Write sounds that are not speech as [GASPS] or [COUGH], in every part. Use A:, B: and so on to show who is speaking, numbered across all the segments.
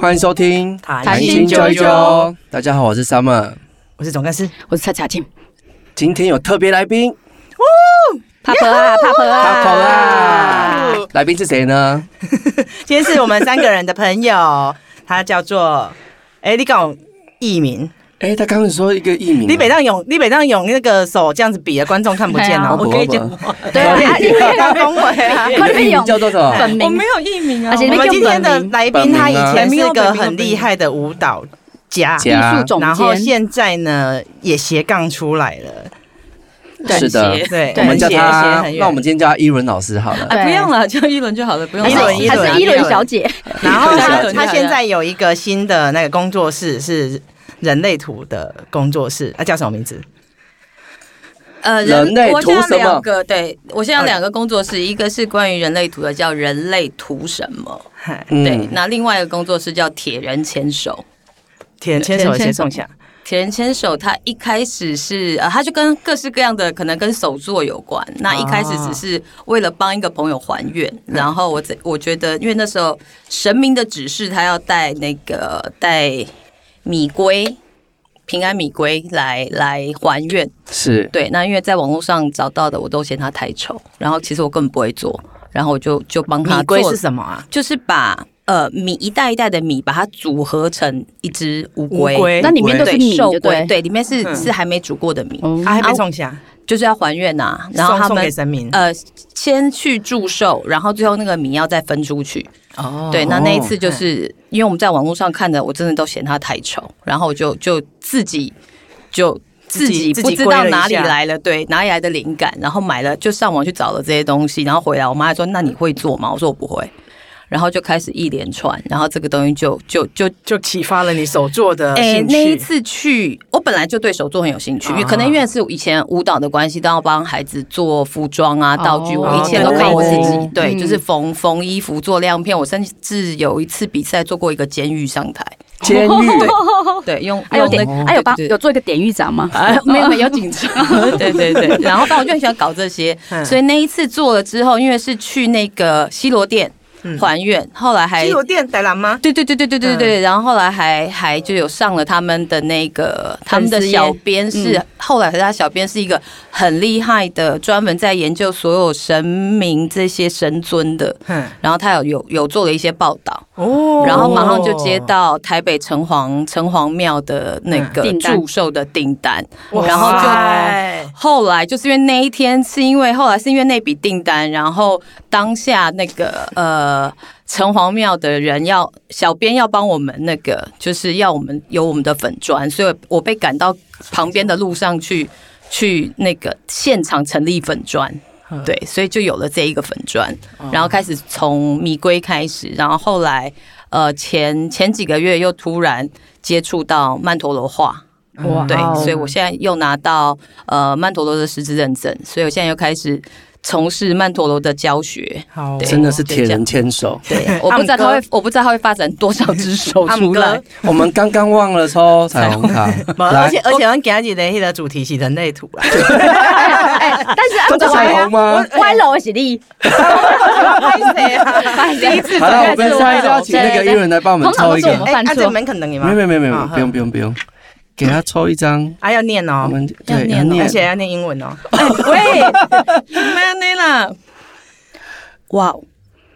A: 欢迎收听
B: 谈心啾啾。
A: 大家好，我是 Summer，
B: 我是总干事，
C: 我是蔡佳静，
A: 今天有特别来宾，
C: 帕婆啊，帕婆啊，
A: 阿鹏啊！来宾是谁呢？
B: 今天是我们三个人的朋 [LAUGHS] 友，他叫做哎，你讲艺名，
A: 哎，他刚刚说一个艺名啊，
B: 你北上用你北上用那个手这样子比啊，观众看不见
C: 哎
B: 哦
C: 呀。
A: 我
B: 可以
A: 不
B: 讲
A: 我
C: 对啊，啊因为
B: 他恭维啊。
C: 快
A: [LAUGHS] 你的艺
C: 点
A: 名
C: 用
A: 叫做什么？
C: 本
D: 我
C: 名
D: 没，有艺名啊，
C: 而且
B: 我
C: 你
B: 们
C: 们
B: 今天的来宾他以前是个很厉害的舞蹈家，
C: 艺术总
B: 然后
C: 监，
B: 现在呢也斜杠出来了，
C: 对
A: 是的
D: 很，
B: 对，
A: [LAUGHS] 我们叫
B: 很斜斜
A: 他
B: 很，远
A: 那我们今天叫他伊伦老师好了。
D: 啊，不
C: 哎对
D: 用了，叫一轮就好了，不用
B: 一
C: 还
B: 轮
C: 是
B: 一
C: 还
B: 轮
C: 是一轮小姐，
B: 然后
A: 对 [LAUGHS]
B: 他
D: 对
B: 他
D: 对
B: 现在有一个新的那个工作室是人类图的工作室，啊叫什么名字？
D: 呃，
A: 人类
D: 我
A: 图
D: 现在
A: 什么
D: 两个，对我现在有两个工作室，一个是关于人类图的，叫人类图什么？
B: 嗨，
D: 对
A: 嗯，，
D: 那另外一个工作室叫铁人牵手。
B: 田牵手先送下，
D: 铁人牵手，它一开始是呃，它就跟各式各样的可能跟手作有关。那
B: 啊
D: 一开始只是为了帮一个朋友还愿，
B: 嗯
D: 然后我我觉得，因为那时候神明的指示，他要带那个带米龟。平安米龟来来还愿，
A: 是
D: 对，那因为在网络上找到的，我都嫌它太丑，然后其实我根本不会做，然后我就就帮他
B: 米龟
D: 做
B: 是，什么啊？
D: 就是把呃米一袋一袋的米，把它组合成一只乌
B: 乌
D: 龟，
B: 龟
C: 那里面都是
D: 对，
C: 米，
D: 瘦
C: 对不
D: 龟，
C: 对？
D: 对，里面是
B: 嗯
D: 是还没煮过的米，
C: 哦
B: 啊，还没
D: 啊
B: 送下，
D: 就是要还愿呐。然后
B: 送
D: 他
B: 送给
D: 们
B: 神明。
D: 呃先去祝寿，然后最后那个米要再分出去。
B: 哦
D: 对，那那一次就是因为我们在网络上看的，我真的都嫌它太丑，然后我就就自己就。
B: 自
D: 自
B: 己
D: 己
B: 自
D: 不
B: 己
D: 知
B: 归
D: 道
B: 了一
D: 哪里
B: 下
D: 来了，对，哪里来的灵感，然后买了就上网去找了这些东西，然后回来，我妈还说：“那你会做吗？”我说：“我不会。”然后就开始一连串，然后这个东西就就就
B: 就启发了你手做的
D: 哎、
B: 呃兴趣。啊
D: 那一次去，我本来就对手作很有兴趣，因为可能因为是以前舞蹈的关系，都要帮孩子做服装啊、
C: 哦
D: 道具，我一切都
B: 哦
D: 靠我自己。
C: 哦
D: 对，
C: 嗯
D: 就是缝缝衣服、做亮片，我甚至有一次比赛做过一个监狱上台，
A: 监狱，
D: 对，用
C: 哎还有
D: 用那
C: 点，
D: 个
C: 还有帮
D: 对啊
C: 有做一个典狱长吗？ [LAUGHS] 没有没有，有警察。
D: 对对对，然后但我就很喜欢搞这些，
B: 嗯
D: 所以那一次做了之后，因为是去那个西罗店还愿，后来还
B: 鸡有嗯店台南吗？
D: 对对对对对对对，然后后来还还就有上了他们的那个他们的
C: 粉丝页
D: 小编是、
C: 嗯
D: 后来他小编是一个很厉害的，专门在研究所有神明这些神尊的，
B: 嗯，
D: 然后他有有有做了一些报道，
B: 哦
D: 然后马上就接到台北城隍城隍庙的那个
C: 订单
D: 祝寿的订单，
B: 哇塞，
D: 然后就后来就是因为那一天，是因为后来是因为那笔订单，然后当下那个呃城隍庙的人要小编要帮我们那个，就是要我们有我们的粉砖，所以我被赶到旁边的路上去去那个现场成立粉砖。对，所以就有了这一个粉砖，然后开始从米龟开始，然后后来呃前前几个月又突然接触到曼陀罗画，
C: 哇
D: 对
C: 哦，
D: 所以我现在又拿到呃曼陀罗的师资认证，所以我现在又开始从事曼陀罗的教学。
B: 好
D: 对
A: 真的是铁人牵手。
D: 对，我不知道他会，我不知道他会发展多少只手
B: 阿姆
D: 出来
B: 哥。，
A: 我们刚刚忘了抽彩虹卡，
B: 不而
A: 来
B: 且而且我们今日的那个主题是人类图啦，
C: 哎，
A: [LAUGHS]
C: 但是
A: 真的彩虹吗？
C: 歪楼的是你，
B: 对啊
C: 第一次
A: 好了，我们下一次要请那个伊伦来帮我们抽一
C: 通
A: 个。
C: 常都是我们
B: 哎，
C: 犯
B: 啊
C: 错
B: 这门肯等你吗
A: 没有？没有没有没有，
B: 啊
A: 不用不用不用，给他抽一张。
B: 啊，要念
A: 我
B: 哦，
A: 们
D: 要
A: 对
D: 念
A: 要
D: 哦
B: 而
A: 念
B: 且要念英文哦。
D: 哎喂，没有你啦！哇，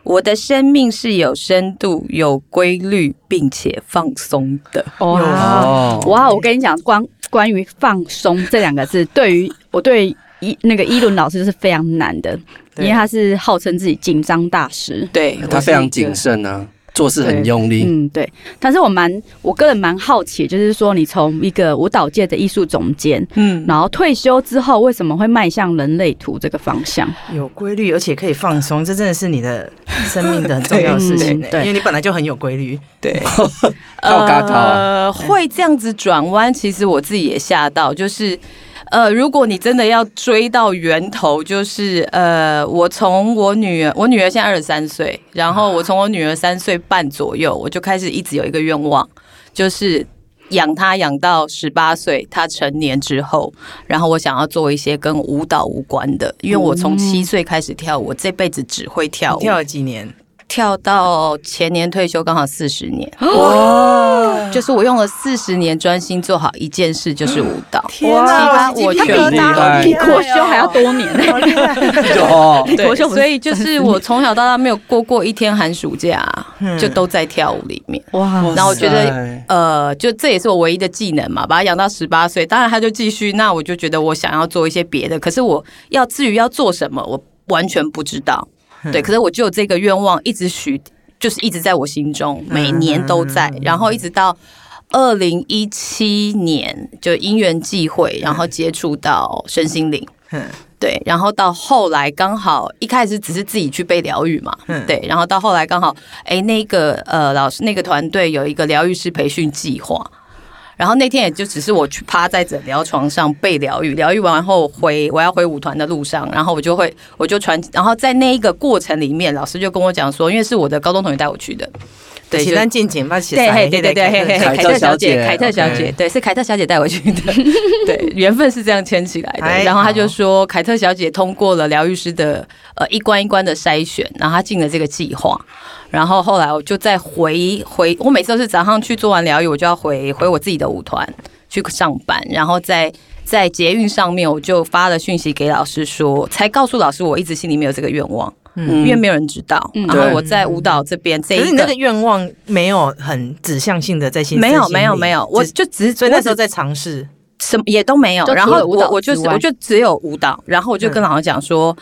D: 我的生命是有深度、有规律，并且放松的。
C: 哇
A: 哦，
C: 哇！我跟你讲，关关于放松这两个字，对于我对一那个伊伦老师是非常难的，因
B: 对
C: 为他是号称自己紧张大师。
D: 对，
A: 他
D: 我是
A: 非
D: 一
A: 常
D: 个
A: 谨慎啊，做事很用力。
C: 嗯，对。但是我蛮，我个人蛮好奇，就是说你从一个舞蹈界的艺术总监，
D: 嗯，
C: 然后退休之后，为什么会迈向人类图这个方向？
D: [GASPS]
B: 有规律，而且可以放松，这真的是你的生命的很重要的事情、欸
C: 对
B: 因
C: 嗯对
B: 为你本来就很有规律。
D: 对，
A: 靠嘎靠啊
D: 呃，会这样子转弯，其实我自己也吓到，就是。呃，如果你真的要追到源头，就是呃，我从我女儿，我女儿现在二十三岁，然后我从我女儿三岁半左右，我就开始一直有一个愿望，就是养她养到十八岁，她成年之后，然后我想要做一些跟舞蹈无关的，因为我从七岁开始跳舞，我这辈子只会跳舞，
B: 你跳了几年？
D: 跳到前年退休，刚好四十年，
B: 哇，
D: 就是我用了四十年专心做好一件事，就是舞蹈。
B: [LAUGHS] 天
D: 其
B: 啊，
D: 他我
B: 鸡
A: 全
B: 皮
A: 部
B: 疙瘩好
A: 哎
C: 比
B: 厉害哦
C: 国修还要多年，
B: 好厉害，
A: [LAUGHS]
D: 嗯
A: 哦，
C: 比国修
D: 所以就是我从小到大没有过过一天寒暑假，
B: 嗯
D: 就都在跳舞里面。
C: 哇
A: 哇
D: 然后我觉得
A: 塞
D: 呃，就这也是我唯一的技能嘛，把它养到十八岁。当然，他就继续。那我就觉得我想要做一些别的，可是我要至于要做什么，我完全不知道。对，可是我就有这个愿望，一直许，就是一直在我心中，每年都在，然后一直到。二零一七年就因缘际会，然后接触到身心灵，
B: [LAUGHS] 嗯
D: 对，然后到后来刚好一开始只是自己去被疗愈嘛，
B: 嗯
D: 对，然后到后来刚好，哎，那个呃老师那个团队有一个疗愈师培训计划，然后那天也就只是我去趴在诊疗床上被疗愈，疗愈完后回我要回舞团的路上，然后我就会我就传，然后在那一个过程里面，老师就跟我讲说，因为是我的高中同学带我去的，对，
B: 起
D: 就
B: 咱进前捌是
D: 对，嘿，对对对，嘿嘿，
A: 凯
D: 嘿
A: 特
D: 特小
A: 小姐
D: 凯特小
A: OK
D: 姐，对，是凯特小姐带我去 [LAUGHS] 的，对，缘分是这样牵起来
B: 哎
D: 的。然后她
B: 好
D: 就说，凯特小姐通过了疗愈师的呃一关一关的筛选，然后她进了这个计划。然后后来我就再回回，我每次都是早上去做完疗愈，我就要回回我自己的舞团去上班，然后再。在捷运上面，我就发了讯息给老师说，才告诉老师我一直心里面有这个愿望，因为没有人知道。
C: 嗯
D: 然后
A: 对
D: 我在舞蹈这边这
B: 可
D: 一
B: 是你那个愿望没有很指向性的在心，
D: 没有
B: 在心里
D: 没有没有，我
B: 只
D: 就只是
B: 所以那时候
D: 我只
B: 在尝试，
D: 什么也都没有
C: 就。除
D: 然后
C: 了舞蹈
D: 我我就
C: 之
D: 是
C: 外
D: 我就只有舞蹈，然后我就跟老师讲说，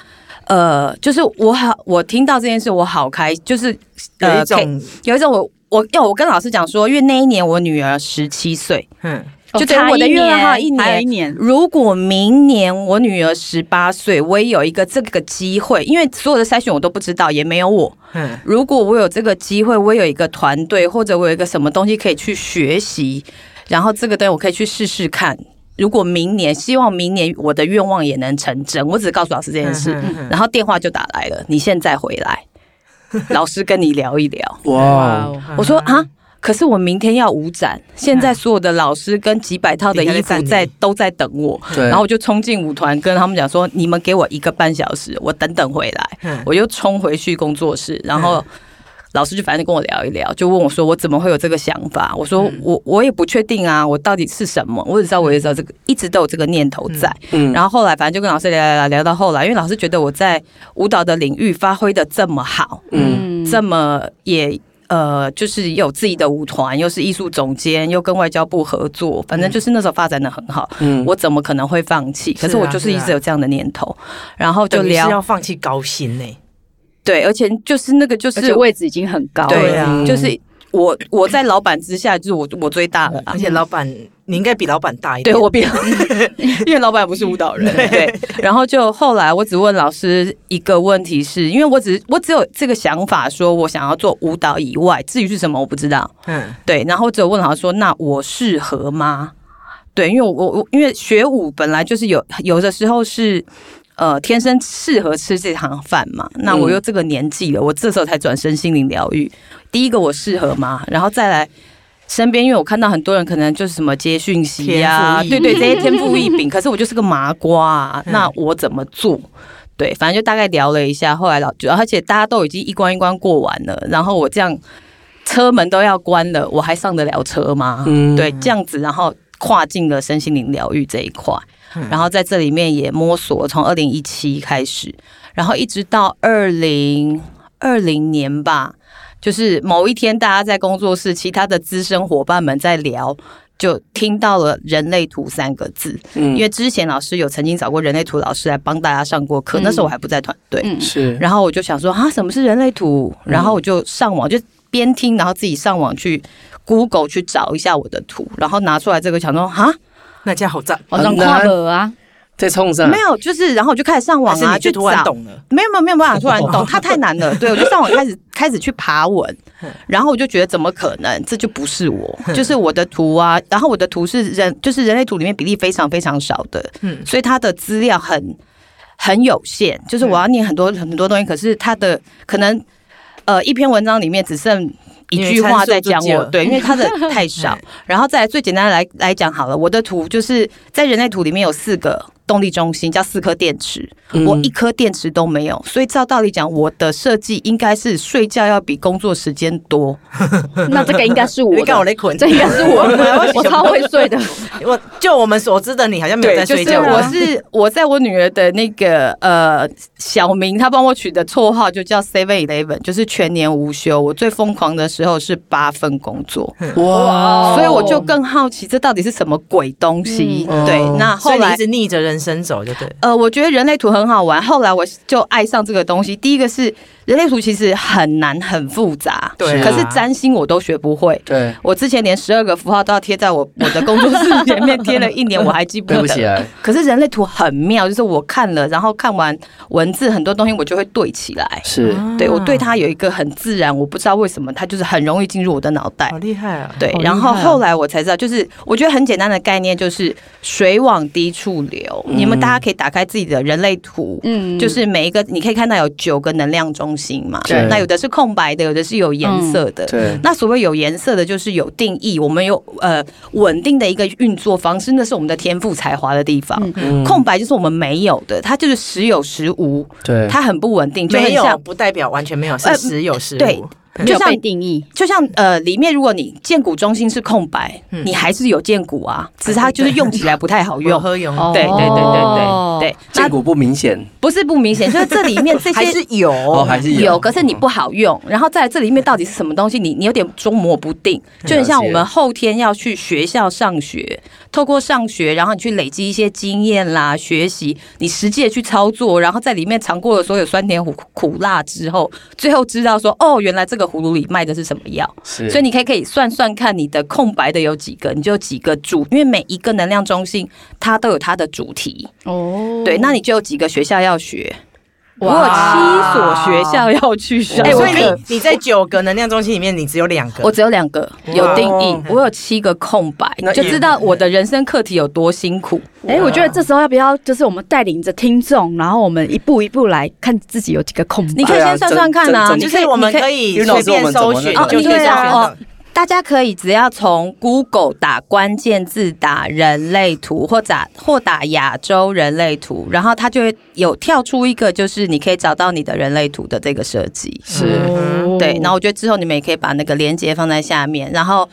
D: 呃，就是我好，我听到这件事我好开，就是呃
B: 有一
D: 可以
B: 种
D: 有一种我我要我跟老师讲说，因为那一年我女儿十七岁，
B: 嗯
C: 哦
D: 就等于我的愿望还有一年
C: 还有一年，
D: 如果明年我女儿十八岁，我也有一个这个机会，因为所有的筛选我都不知道，也没有我。
B: 嗯，
D: 如果我有这个机会，我有一个团队，或者我有一个什么东西可以去学习，然后这个东西我可以去试试看。如果明年，希望明年我的愿望也能成真。我只告诉老师这件事，
B: 嗯嗯嗯
D: 然后电话就打来了，你现在回来，老师跟你聊一聊。
A: 哇哦，
B: 嗯
D: 我说啊，可是我明天要舞展，现在所有的老师跟几百套的衣
B: 等一下
D: 服
B: 再
D: 在
B: 等
D: 都在等我，
B: 嗯
A: 对
D: 然后我就冲进舞团跟他们讲说，你们给我一个半小时，我等等回来。
B: 嗯
D: 我又冲回去工作室，然后老师就反正跟我聊一聊，就问我说我怎么会有这个想法？我说我我也不确定啊，我到底是什么？我只知道我也知道这个，一直都有这个念头在。
A: 嗯
D: 然后后来反正就跟老师聊聊聊聊到后来，因为老师觉得我在舞蹈的领域发挥的这么好，
A: 嗯，
D: 这么也。呃，就是有自己的舞团，又是艺术总监，又跟外交部合作，反正就是那时候发展的很好。
A: 嗯
D: 我怎么可能会放弃？可
B: 是
D: 是
B: 啊
D: 我就是一
B: 是啊
D: 直有这样的念头，然后就
B: 等于
D: 聊
B: 是要放弃高薪呢，
D: 对，而且就是那个就
C: 而
D: 是
C: 且位置已经很高了，
D: 对
B: 啊
A: 嗯
D: 就是我我在老板之下，就是我我最大了啦
B: 而。且老板你应该比老板大一点，
D: 对我比， [LAUGHS] 因为老板不是舞蹈人，对。然后就后来我只问老师一个问题是，因为我只我只有这个想法，说我想要做舞蹈以外，至于是什么我不知道。
B: 嗯
D: 对，然后我只有问老师说，那我适合吗？对，因为我我因为学舞本来就是有有的时候是。呃，天生适合吃这行饭嘛？那我又这个年纪
B: 嗯
D: 了，我这时候才转身心灵疗愈。第一个我适合吗？然后再来身边，因为我看到很多人可能就是什么接讯息呀、
B: 天赋异
D: 对
B: 禀
D: 对，这些天赋异
B: [LAUGHS]
D: 禀。可是我就是个麻瓜、啊，
B: 嗯
D: 那我怎么做？对，反正就大概聊了一下。后来老，主要而且大家都已经一关一关过完了，然后我这样车门都要关了，我还上得了车吗？
A: 嗯
D: 对，这样子，然后跨进了身心灵疗愈这一块，
B: 嗯
D: 然后在这里面也摸索，从二零一七开始，然后一直到二零二零年吧，就是某一天大家在工作室，其他的资深伙伴们在聊。就听到了“人类图”三个字，
A: 嗯
D: 因为之前老师有曾经找过人类图老师来帮大家上过
C: 嗯
D: 课，那时候我还不在团队，
C: 嗯
A: 是
D: 然后我就想说啊，什么是人类图？然
B: 嗯
D: 后我就上网就边听，然后自己上网去 Google 去找一下我的图，然后拿出来这个想说啊，
B: 那家好赞，
C: 好像跨了啊，
A: 在冲上
D: 没有，就是然后我就开始
B: 嗯
D: 上
B: 还
D: 网
B: 是
D: 啊，
B: 你
D: 去
B: 就突然
D: 找。
B: 懂了，
D: 没有没有没有办法突然
B: 哦
D: 懂，它太难了。对，我就上网开始开始去爬文，
B: 嗯
D: 然后我就觉得怎么可能？这就不是我，就是我的图啊。然后我的图是人，就是人类图里面比例非常非常少的，
B: 嗯
D: 所以它的资料很很有限，就是我要念很多、很多东西，可是它的可能呃一篇文章里面只剩。一句话在讲
B: 因为参数就只
D: 我，
B: 有嗯
D: 对，因为它的
B: [LAUGHS]
D: 太少。然后再来最简单的来来讲好了，我的图就是在人类图里面有四个动力中心，加四颗电池，
A: 嗯
D: 我一颗电池都没有，所以照道理讲，我的设计应该是睡觉要比工作时间多。
C: 那这个应该是
D: [LAUGHS]
C: 我
B: 你看我
C: 的，
B: 在捆，，
C: 这应该是我的我超会睡的。
B: 我就我们所知的，你好像没有在
D: 就
B: 睡
D: 是
B: 觉。
D: 我是我在我女儿的那个呃小名，她帮我取的绰号就叫 Seven Eleven，就是全年无休。我最疯狂的时候是八份工作，
A: 嗯哇，
D: 所以我就更好奇这到底是什么鬼东西。
A: 嗯
D: 对
A: 哦，
D: 那
B: 所
D: 啊后
B: 以你一
D: 来
B: 直逆着人生走，就对了。
D: 呃，我觉得人类图很好玩，后来我就爱上这个东西。第一个是人类图其实很难很复杂，
B: 对啊
D: 可是占星我都学不会。
A: 对，
D: 我之前连十二个符号都要贴在我我的工作室前面贴了一年，我还记不
A: 背
D: 得。
A: 不起啊来，
D: 可是人类图很妙，就是我看了，然后看完文字很多东西，我就会对起来。
A: 是
D: 对我对它有一个很自然，我不知道为什么它就是很容易进入我的脑袋
B: 好。厉害啊！
D: 对
B: 好，厉害啊
D: 然后后来我才知道，就是我觉得很简单的概念就是水往低处流。
A: 嗯
D: 你们大家可以打开自己的人类图。
C: 嗯，
D: 就是每一个，你可以看到有九个能量中心嘛
A: 对，嗯
D: 那有的是空白的，有的是有颜色的，
A: 对，
D: 那所谓有颜色的，就是有定义，我们有呃稳定的一个运作方式，那是我们的天赋才华的地方。
C: 嗯
A: 嗯
D: 空白就是我们没有的，它就是时有时无，
A: 对，
D: 它很不稳定，就很
B: 没有
D: 像。
B: 不代表完全没有，是
D: 呃
B: 时有时无。
D: 对
B: 嗯
C: 就
D: 就像
C: 被定义，
D: 就像呃，里面如果你建股中心是空白，
B: 嗯
D: 你还是有建股啊，只是它就是用起来不太
B: [LAUGHS]
D: 好
B: 有
D: 用。
B: 喝有
C: 哦
D: 对对对
C: 哦
D: 对对对，
A: 建
D: 那
A: 股不明显
D: 不是不明显，就是这里
B: [LAUGHS]
D: 面这
B: 还
D: 些
B: 是有
A: 哦，还是
D: 有，可是你不好用。然后在这里面到底是什么东西，你你有点捉摸不定。就很像我们后天要去学校上学，透过上学，然后你去累积一些经验啦，学习，你实际的去操作，然后在里面尝过了所有酸甜苦苦辣之后，最后知道说，哦，原来这个葫芦里卖的是什么药。
A: 是，
D: 所以你可以可以算算看你的空白的有几个，你就有几个主，因为每一个能量中心它都有它的主题。
C: 哦
D: 对，那你就有几个学校要学。我有七所
B: 哇
D: 学校要去上，
B: 哎，
D: 我
B: 所以
D: 可以
B: 你你在九个能量中心里面，你只有两个。
D: 我只有两个有定义
B: 哇，
D: 我有七个空白
A: 那，
D: 就
A: 也
D: 知道我的人生课题有多辛苦。
C: 哎、我觉得这时候要不要就是我们带领着听众，然后我们一步一步来看自己有几个空白。
D: 你可以
A: 对啊
D: 先算算看啊，
A: 真
D: 你
B: 就
D: 可以
B: 是我们
D: 你可
B: 可
D: 以，
B: 以
A: 因为老
B: 随
A: 师我
B: 便
A: 们
B: 搜
A: 怎么
B: 寻，
A: 那
D: 个
B: 就可以
D: 对啊
B: 找到
D: 哦大家可以只要从 Google 打关键字打人类图，或打或打亚洲人类图，然后它就会有跳出一个，就是你可以找到你的人类图的这个设计。
A: 是
B: 嗯
D: 对，然
C: 后
D: 后我觉得之后你们也可以把那个链接放在下面，然后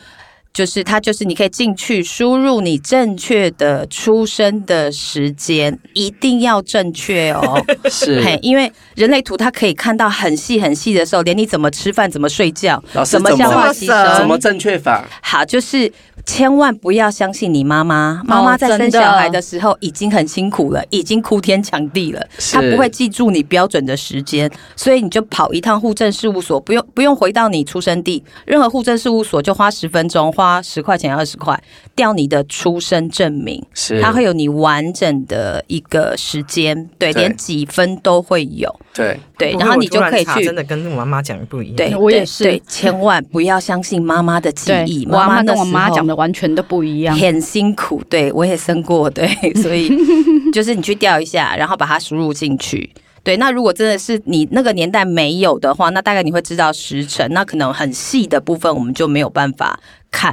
D: 就是它就是你可以进去输入你正确的出生的时间，一定要正确
A: [LAUGHS]
D: 哦，
A: 是，
D: 嘿，因为人类图它可以看到很细很细的时候，连你怎么吃饭、怎么睡觉、
A: 老师
D: 怎么
A: 怎
D: 消
A: 么
D: 化吸收，
A: 怎么正确法？
D: 好，就是千万不要相信你妈
B: 哦
D: 妈，妈妈在生
C: 真的
D: 小孩的时候已经很辛苦了，已经哭天抢地了，
A: 是
D: 她不会记住你标准的时间，所以你就跑一趟户政事务所，不用不用回到你出生地，任何户政事务所就花十分钟，花十块钱、二十块调你的出生证明，
A: 是，
D: 它会有你完整的一个时间，对，
A: 对
D: 连几分都会有，
A: 对，
D: 对，
B: 不会
D: 然后你
B: 我
D: 就
B: 突然
D: 可以
B: 查
D: 去
B: 真的跟我妈讲的不一样。
D: 对，
C: 我也
D: 对
C: 是
D: 对，千万不要相信妈妈的记
C: 对
D: 忆。，
C: 我阿妈
D: 那
C: 跟我妈
D: 时候
C: 讲的完全都不一样。
D: 很辛苦，对我也生
C: [LAUGHS]
D: 过，对，所以就是你去调一下，然后把它输入进去。对，那如果真的是你那个年代没有的话，那大概你会知道时辰，那可能很细的部分我们就没有办法看，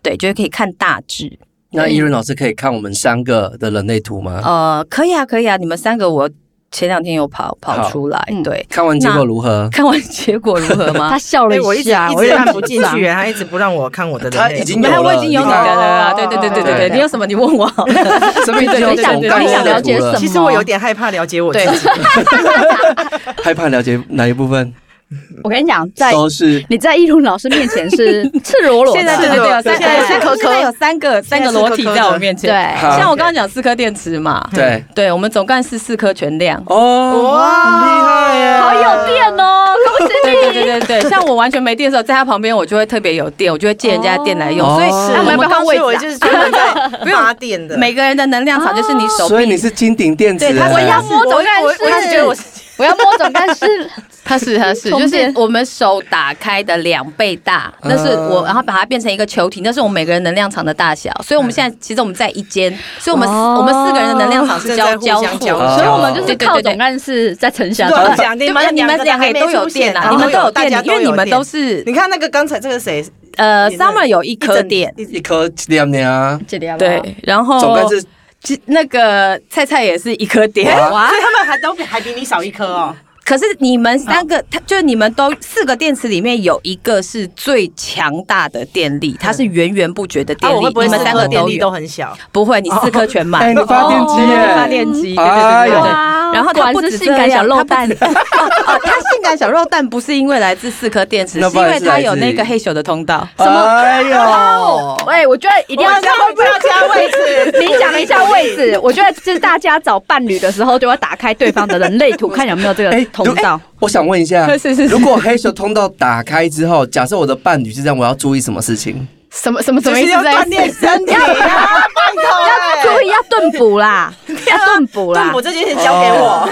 D: 对，就是可以看大致。
A: 那伊伦老师可以看我们三个的人类图吗？
D: 呃，可以啊，可以啊，你们三个我前两天有跑跑
A: 好
D: 出来
C: 嗯，
D: 对， [LAUGHS]
A: 看完结果如何？
D: 看完结果如何
C: [LAUGHS]
D: 吗
C: 她？笑了
B: 哎，我一
C: 一
B: 直
D: 啊
C: 下，
B: 一直
C: 有点
B: 看不进
C: 紧张
B: 去，他一直不让我看我的人
A: 他
B: 类
A: 已
B: 图。
A: 经
D: 没有，
A: 有
D: 我已
A: 了，
D: 经有
A: 你
D: 你
A: 看
D: 的了，
B: 哦
D: 对对对对对
A: 对
D: 对，你有什么你问我，
A: 这边已经有
C: 你想
A: 总概
D: 你
A: 念
D: 想
A: 的
D: 了
A: 图
C: 解
A: 了
C: 什么
B: 其实我有点害怕了解我自
D: 对
B: 己，
A: 害怕了解哪一部分？
C: 我跟你
D: [LAUGHS]
C: 讲，在
A: 都是
C: 你在易伦老师面前是赤裸裸的，
D: 现在呃
B: 是
D: 对对有
B: 对
D: 三，
B: 现在是可可
D: 现在有三个三个裸体在我面前。
C: 对
A: 好
D: 像我刚刚讲四颗电池嘛，
A: 对
D: 对，我们总干是四颗全亮。
A: 哦，
D: [LAUGHS]
B: 哇，
A: 很厉害耶
C: 好有电哦，恭喜
D: 对对对对对，像我完全没电的时候，在他旁边我就会特别有电，我就会借人家的电来用。
A: 哦
D: 所以
A: 是
B: 我
D: 那我
B: 们
D: 们
B: 刚
D: 换位
B: 位我
D: 置啊
B: 就是专门
D: [LAUGHS]
B: 在发电的。
D: 每个人的能量场就是你手
A: 所以
D: 臂，
A: 你是金顶电池
D: 对他
A: 耶，
D: 是
C: 我要摸总干
B: 我我我一直觉得我
C: 事，我要摸总干
D: [LAUGHS]
C: 事，
D: 他是他是，
C: 充
D: 就是
C: 电
D: 我们手打开的两倍大，
A: 嗯
D: 那是我，然后把它变成一个球体，那是我们每个人能量场的大小。所以我们现在其实我们在一间，所以我们
C: 哦
D: 我们四个人的能量场是交
B: 正在
D: 交
B: 互相
D: 错
B: 交
D: 的，
A: 所以我们
C: 就是
D: 哦对对
C: 靠
D: 对对
C: 总干事在沉下
B: 对
C: 去。
D: [LAUGHS]
B: 啊讲
D: 对
B: 你
D: 吧？
B: 们
D: 你们两
B: 两
D: 个也
B: 个
D: 都有电啊，你们都有电，因为你们都
B: 是。
D: 是
B: 你看那个刚才这个谁，
D: 呃
B: 你那
D: ，Summer 有一颗电，
B: 一整
A: 一颗两年啊，
C: 这里要不要
D: 对，然后
A: 总干是
D: 其那个菜菜也是一颗点。
B: 哇，所以他们还都比还比你少一颗哦。
D: 可是你们三个，它就是你们都四个电池里面有一个是最强大的电力，它是源源不绝的电
B: 啊，我
D: 力。
B: 会不会
D: 你
B: 四
D: 们三
B: 颗
D: 个
B: 电
D: 都
B: 力
D: 有
B: 都很小？
D: 不会，你四颗全
A: 哎，
D: 满
A: 你。发电机耶，
D: 发电机，对对
A: 哎
D: 对
A: 呦
D: 对对。
C: 哇
D: 然后它不
C: 果然是
D: 止
C: 性感小肉蛋
D: 它不止哦哦，它性感小肉蛋不是因为来自四颗电池，
A: 那
D: 是
A: 不
D: 因
A: 然
D: 为
A: 是来
D: 它
A: 自
D: 有那个黑咻的通道。
A: 哎呦，
C: 喂，哦我觉得一定要
B: 哇这样会不会要加位置？
C: 你讲了一下位置， [LAUGHS] 我觉得就是大家找伴侣的时候，就要打开对方的人类图，看有没有这个通
A: 哎如
C: 道。
A: 我想问一 [LAUGHS] 下，
D: 是是是
A: 如果黑球通道打开之后，假设我的伴侣是这样，我要注意什么事情？
D: 什么什么什
B: 就是要锻炼身体啊， [LAUGHS] 拜托
C: 注
B: 欸！
C: 意要炖补啦，要哎 [LAUGHS] 炖补哎啦
B: 炖，补这件事交给我，
A: [LAUGHS]
C: 啊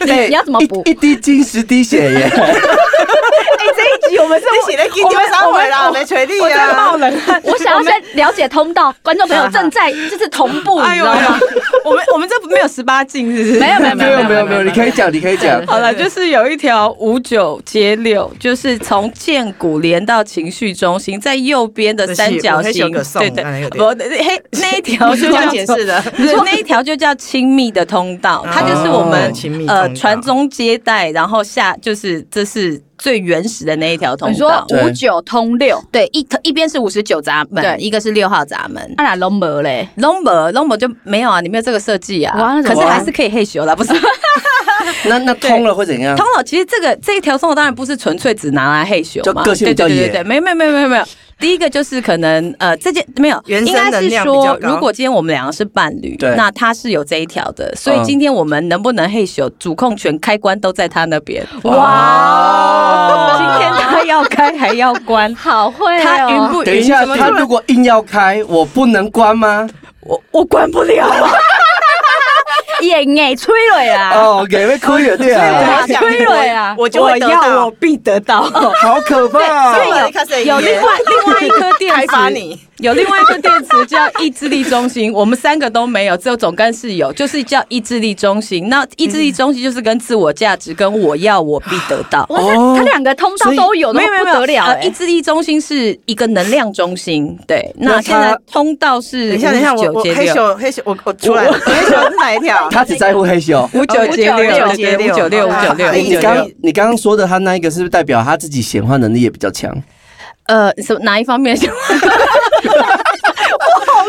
A: 对
C: 你要怎么补
A: 哎一一滴金十滴血耶！
C: 哎这一集我们是
B: 你写的给你们三回啦，没锤力啊！
D: 冷汗。
C: [LAUGHS] 我想要先了解通道，观众朋友正在就是同 [LAUGHS] 步，
B: 哦
C: 你
D: 哎
C: 知
D: 呦
C: 道吗？，
D: [LAUGHS] 我们我们这没有十八禁，是不是？
C: 没有没有
A: [LAUGHS]
C: 没
A: 没有没有没有，你可以讲，你可以 [LAUGHS] 讲。
D: 好了，就是有一条五九街六，就是从剑骨连到情绪中心，在右边的三角
B: 这是我
D: 形，
B: 很喜欢歌颂
D: 对对
B: 那有，
D: 不，嘿，那一条就
B: 这
D: 叫
B: 样解释。 [LAUGHS] 的，
D: 对，那一条就叫亲密的通道，它就是我们
A: 哦
B: 亲密
D: 呃
B: 通道
D: 传宗接代，然后下就是这是最原始的那一条通
C: 你说
D: 道。
A: 对
C: 五九通六，
D: 对，一一边是五十九闸
C: 对啊
D: 门，一个是六号闸门。
C: 那哪龙没嘞？
D: Lumber Lumber 就没有啊，你没有这个设计
C: 哇
D: 啊，
C: 那
D: 可
C: 怎
D: 是
C: 么办
D: 还是可以嘿咻啦，不是？
A: 那那通了会怎样
D: 通？了，其实这个这一条通道当然不是纯粹只拿来嘿咻嘛，
A: 就个性比较
D: 对对
A: 野
D: 对对，没有没有没有没有没有。第一个就是可能呃，这件没有，
B: 原
D: 应
B: 生
D: 该
B: 能
D: 是
B: 量比较
D: 说，
B: 高
D: 如果今天我们两个是伴侣
A: 对，
D: 那他是有这一条的，所以
A: 嗯
D: 今天我们能不能嘿咻，主控权开关都在他那边。
C: 嗯哇，
D: 今天他要开还要关
C: 好会哦，
D: 他晕不
A: 等一
D: 晕？
A: 下，
D: 怎么突
A: 他
D: 然
A: 如果硬要开，我不能关吗？
D: 我我关不了啊，
C: 眼哎催泪啊，
A: 哦，给被亏了 [LAUGHS] 对啊，
C: 我催泪啊，
B: 我就会得
D: 要
B: 到
D: 我。必得到。
A: 好可怕
B: 对因为
A: 哦！
B: 有
D: 有另外另外一颗电
B: 开
D: 池，
B: 发你
D: 有另外一个电池叫意志力中心，我们三个都没有，只有总干事有，就是叫意志力中心。那意志力中心就是跟自我价值、跟我要我必得到。
C: 哇，这他两个通道都有，那不得了
D: 呃，意
C: 哎。
D: 志力中心是一个能量中心，对。
A: 那
D: 那
A: 它
D: 现在通道是
B: 等一下，等一下，我我
D: 59
B: 黑
D: 街六
B: 咻黑咻，我我出来了，黑咻是哪一条？
A: 他只在乎黑咻。
D: 五九街六，
B: 59街
D: 对对
B: 六
D: 呃五九六，五九
B: 啊
D: 六，
B: 哎
D: 五
A: 你
D: 九
A: 刚
D: 六。
A: 你刚刚说的他那一个是不是代表他自己显化能力也比较强？
D: 呃，什么哪一方面？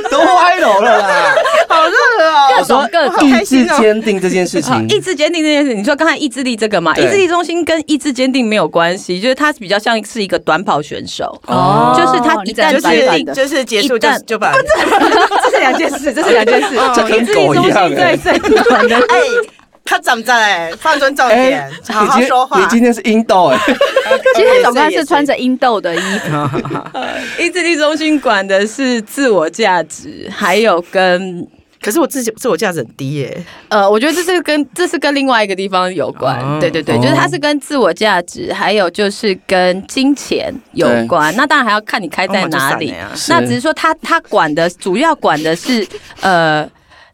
A: 都歪楼了啦！
B: 好热哦！
A: 我说
C: 各种
A: 意志坚定这件事
D: 好，
A: 情，
D: 意志坚定这件事，你说刚才意志力这个嘛，意
A: 对
D: 志力中心跟意志坚定没有关系，就是它比较像是一个短跑选手，
A: 哦
D: 就是他一旦
B: 就
D: 白板
B: 是
D: 的
B: 就是结束就
D: 一旦哦
B: 就把这
D: [LAUGHS] 这是两件事，这是两件事
B: 哦
A: 这跟狗一样哎、
D: 最 [LAUGHS] 短的。
B: 哎，他长不长哎？放尊重
A: 哎、
B: 点，好好
A: 你今
B: 说话
A: 你。今天是阴道哎、
C: 今天总干是穿着英豆的衣服，
D: 意志力中心管的是自我价值，还有跟
B: 可是我自己自我价值很低耶，
D: 呃，我觉得这是跟这是跟另外一个地方有关，
B: 哦
D: 对对对，
A: 哦
D: 就是它是跟自我价值，还有就是跟金钱有关。那当然还要看你开在哪里
B: 哦我就散了呀，
D: 那
A: 是
D: 只是说它它管的主要管的是呃。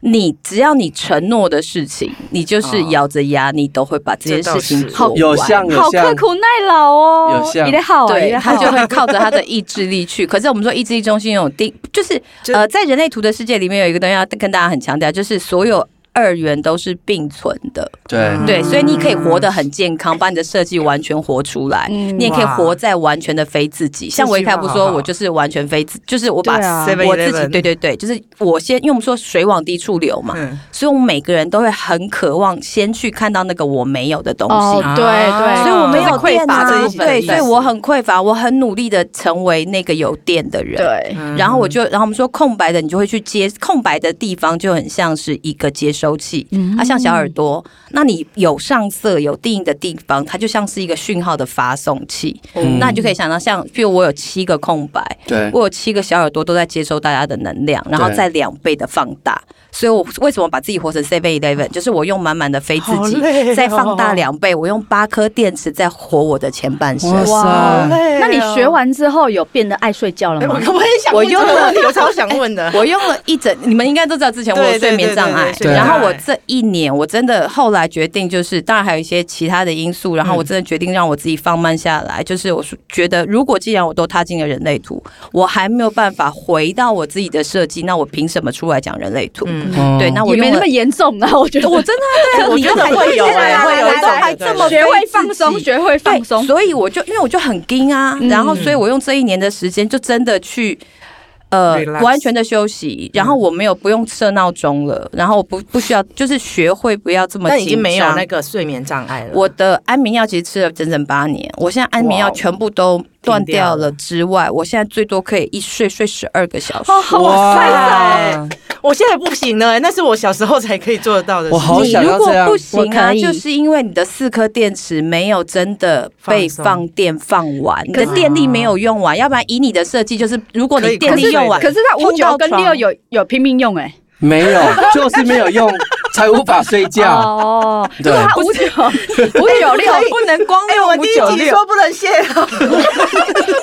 D: 你只要你承诺的事情，你就是咬着牙，你都会把这件事情
B: 这倒是
D: 做完。
A: 有像有
C: 好
A: 像
C: 刻，苦耐劳哦
A: 有，像
C: 你的好啊，你
D: 对
C: 的，好
D: 他就会靠着他的意志力去。 [LAUGHS] 可是我们说意志力中心有定，就是
B: 就
D: 呃，在人类图的世界里面有一个东西要跟大家很强调，就是所有二元都是并存的，
A: 对
B: 嗯
D: 对，所以你可以活得很健康，把你的设计完全活出来，
C: 嗯
D: 你也可以活在完全的非自己。像维泰不
B: 这句话好
D: 说，
B: 好
D: 我就是完全非自，就是我把
C: 对啊
D: 我自
B: 7-Eleven
D: 己，对对对，就是我先，因为我们说水往低处流嘛，
B: 嗯，
D: 所以我们每个人都会很渴望先去看到那个我没有的东西。
C: 哦，对对，
B: 啊
D: 所以我没有
B: 就是匮
D: 电
B: 乏
D: 啊
B: 这一部分
D: 对，
B: 的
D: 所以
B: 意思
D: 我很匮乏，我很努力的成为那个有电的人。。
C: 对，
D: 然后我就，然后我们说空白的，你就会去接空白的地方，就很像是一个接收器，
C: 嗯
D: 啊，像小耳朵，那你有上色、有定义的地方，它就像是一个讯号的发送器。
A: 嗯
D: 那你就可以想到像，譬如我有七个空白，
A: 对
D: 我有七个小耳朵都在接收大家的能量，然后
A: 对
D: 再两倍的放大。所以我为什么把自己活成 Seven Eleven，就是我用满满的非自
B: 好
D: 己，
B: 累哦
D: 再放大两倍，我用八颗电池在活我的前半生。
C: 哇
A: 哇塞，
B: 累哦
C: 那你学完之后有变得爱睡觉了
B: 哎，我
C: 吗？
B: 可不可以想？
D: 嗯我
B: 我用
D: 用
B: 的
D: 了 [LAUGHS]
B: 问题，我超想问的。
D: 我用了一整，你们应该都知道，之前我有睡眠障碍，
B: 对对对对对
D: 然后我这一年，我真的后来决定，就是当然还有一些其他的因素，然
B: 嗯
D: 后我真的决定让我自己放慢下来。就是我是觉得，如果既然我都踏进了人类图，我还没有办法回到我自己的设计，那我凭什么出来讲人类图？
B: 嗯，
D: 对，那我
C: 也没
D: 用
C: 那
D: 了
C: 么严重啊， [LAUGHS] 我觉得
D: 我真的对啊，
B: 我觉得
D: 你
B: 会有
D: 看
B: 哎
D: 起来
B: 会有
D: 我
B: 一
D: 都
B: 种
D: 还
B: 对
D: 这么
C: 学
D: 非
C: 会
D: 自
C: 放松，
D: 己
C: 学会放松
D: 对，。所以我就因为我就很惊啊，
C: 嗯
D: 然后所以我用这一年的时间就真的去。呃
B: Relax
D: 完全的休息，然后我没有不用设闹钟了，然后我不不需要，就是学会不要这么紧张。
B: 但已经没有那个睡眠障碍了。
D: 我的安眠药其实吃了整整八年，我现在安眠药
B: 哇哦
D: 全部都断
B: 停
D: 掉
B: 掉
D: 了
B: 了
D: 之外，我现在最多可以一睡睡十二个小时。
C: 哦哇塞！
B: 我现在不行了、那是我小时候才可以做得到的事。
A: 我好
D: 你
A: 想
D: 如
A: 要这
D: 果
A: 样
D: 不行
C: 我
D: 啊，
C: 可以
D: 就是因为你的四颗电池没有真的被
B: 放松
D: 放电放完，你的
B: 可是
D: 电力没有用完，要不然以你的设计，就是如果
B: 可
D: 你
B: 以
D: 电
C: 可
D: 力
C: 是
D: 用完，
C: 可是他五
D: 碰到
C: 九跟
D: 床
C: 六有有拼命用哎，
A: 没有，就是没有用，才无法睡觉。
C: 哦，就
A: 对
C: 是他五九五九六，
D: 不能光
B: 哎、我第一集说不能卸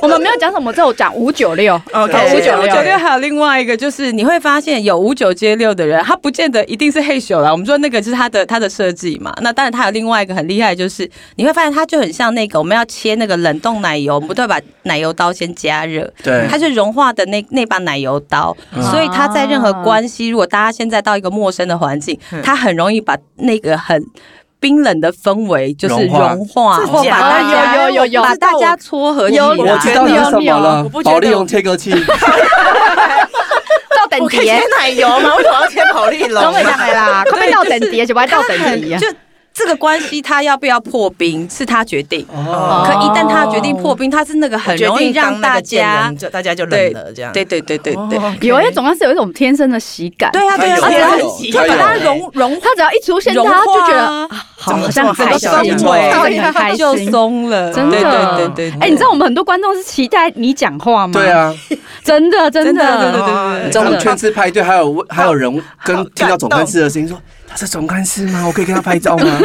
C: 我们没有讲什么，只有讲五九
D: [LAUGHS]
C: 六。
D: 哦
A: 哦
B: ，OK，
C: 五九
D: 五
C: 六
D: 九六还有另外一个，就是你会发现有五九接六的人，他不见得一定是黑手啦。我们说那个就是他的他的设计嘛。那当然，他有另外一个很厉害，就是你会发现他就很像那个我们要切那个冷冻奶油，我们不都会把奶油刀先加热，
A: 对
D: 它是融化的那那把奶油刀，
A: 嗯
D: 所以它在任何关系，如果大家现在到一个陌生的环境，
A: 嗯
D: 它很容易把那个很。冰冷的氛围就是
A: 融化
D: 融化，
B: 是
D: 或
B: 假
D: 把
B: 的
D: 大家
C: 有有有有
D: 把大家撮合起来。
C: 有
A: 我知道你什么了
B: 我不，觉得
A: 保利龙切割器。
C: 到等
B: 我可以
C: 碟
B: 切，奶油吗？为什么要切跑利龙？啊
C: 等会上来
D: [LAUGHS]
C: 啦，快被到等碟，就不要到等碟啊
D: 就。这个关系，他要不要破冰是他决定。
A: 哦
D: 可一旦他决定破冰，他是那个很容易让大家，
B: 就大家就冷
D: 对
B: 了这样。哦
D: 对对对对对，
C: 有啊，因为总要是有一种天生的喜感。
D: 对啊对啊，
A: 他有
B: 哎
D: 而
A: 他
D: 且
A: 有
D: 他把它
A: 他有
D: 融融
C: 他只要一出现，大
D: 融
C: 家就觉
D: 化
C: 得
D: 啊，
C: 好好像很开心，
A: 怎么这么好
C: 真的
A: 氛
C: 很开
D: 就
C: 心。
D: 松了，
C: 真的，
D: 对对对对。
C: 哎、你知道我们很多观众是期待你讲话吗？
A: 对，啊，
C: 真的，真
D: 真的对
C: 的，
D: 对对
A: 你
D: 对
A: 知道
D: 对，
A: 我们圈次派对还有还有人跟
B: 好
A: 听到
B: 感
A: 总干事的声音说他是总干事吗？我可以跟他拍照吗？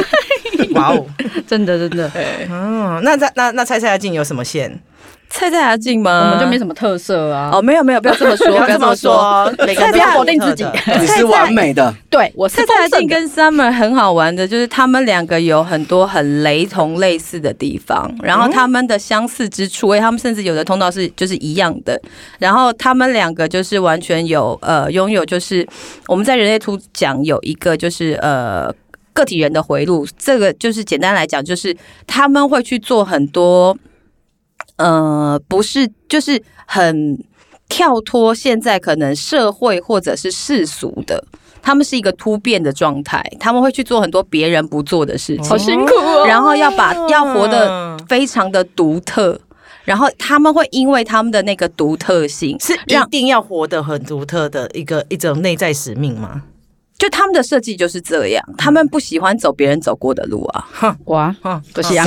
B: 哇哦，
C: 真的，真的，
B: 嗯，那在那那猜猜阿静有什么线？
D: 蔡蔡雅静
C: 我
D: 吗？
C: 们就没什么特色啊。
D: 哦，没有没有，不要这
C: [LAUGHS]
D: 么说，
B: 不要这么。说，每个人
C: 不要
B: 都有
C: 否定
B: 独特
C: 自己
B: 的
A: [LAUGHS] 你是完美
B: [LAUGHS]
A: 的，
C: 对，我
D: 蔡
C: 是
D: 蔡雅
C: 丰
D: 静
C: 盛的，
D: 跟 Summer 很好玩的，就是他们两个有很多很雷同类似的地方，然
C: 嗯
D: 后他们的相似之处，哎，他们甚至有的通道是就是一样的，然后他们两个就是完全有呃拥有，就是我们在人类图讲有一个就是呃。个体人的回路，这个就是简单来讲，就是他们会去做很多，呃，不是，就是很跳脱现在可能社会或者是世俗的，他们是一个突变的状态，他们会去做很多别人不做的事情，
C: 好辛苦哦。
D: 然后要把要活得非常的独特，然后他们会因为他们的那个独特性，
B: 是一
D: 让
B: 定要活得很独特的一个一种内在使命吗？
D: 就他们的设计就是这样，他们不喜欢走别人走过的路啊，
C: 哇，
B: 嗯，
C: 不是啊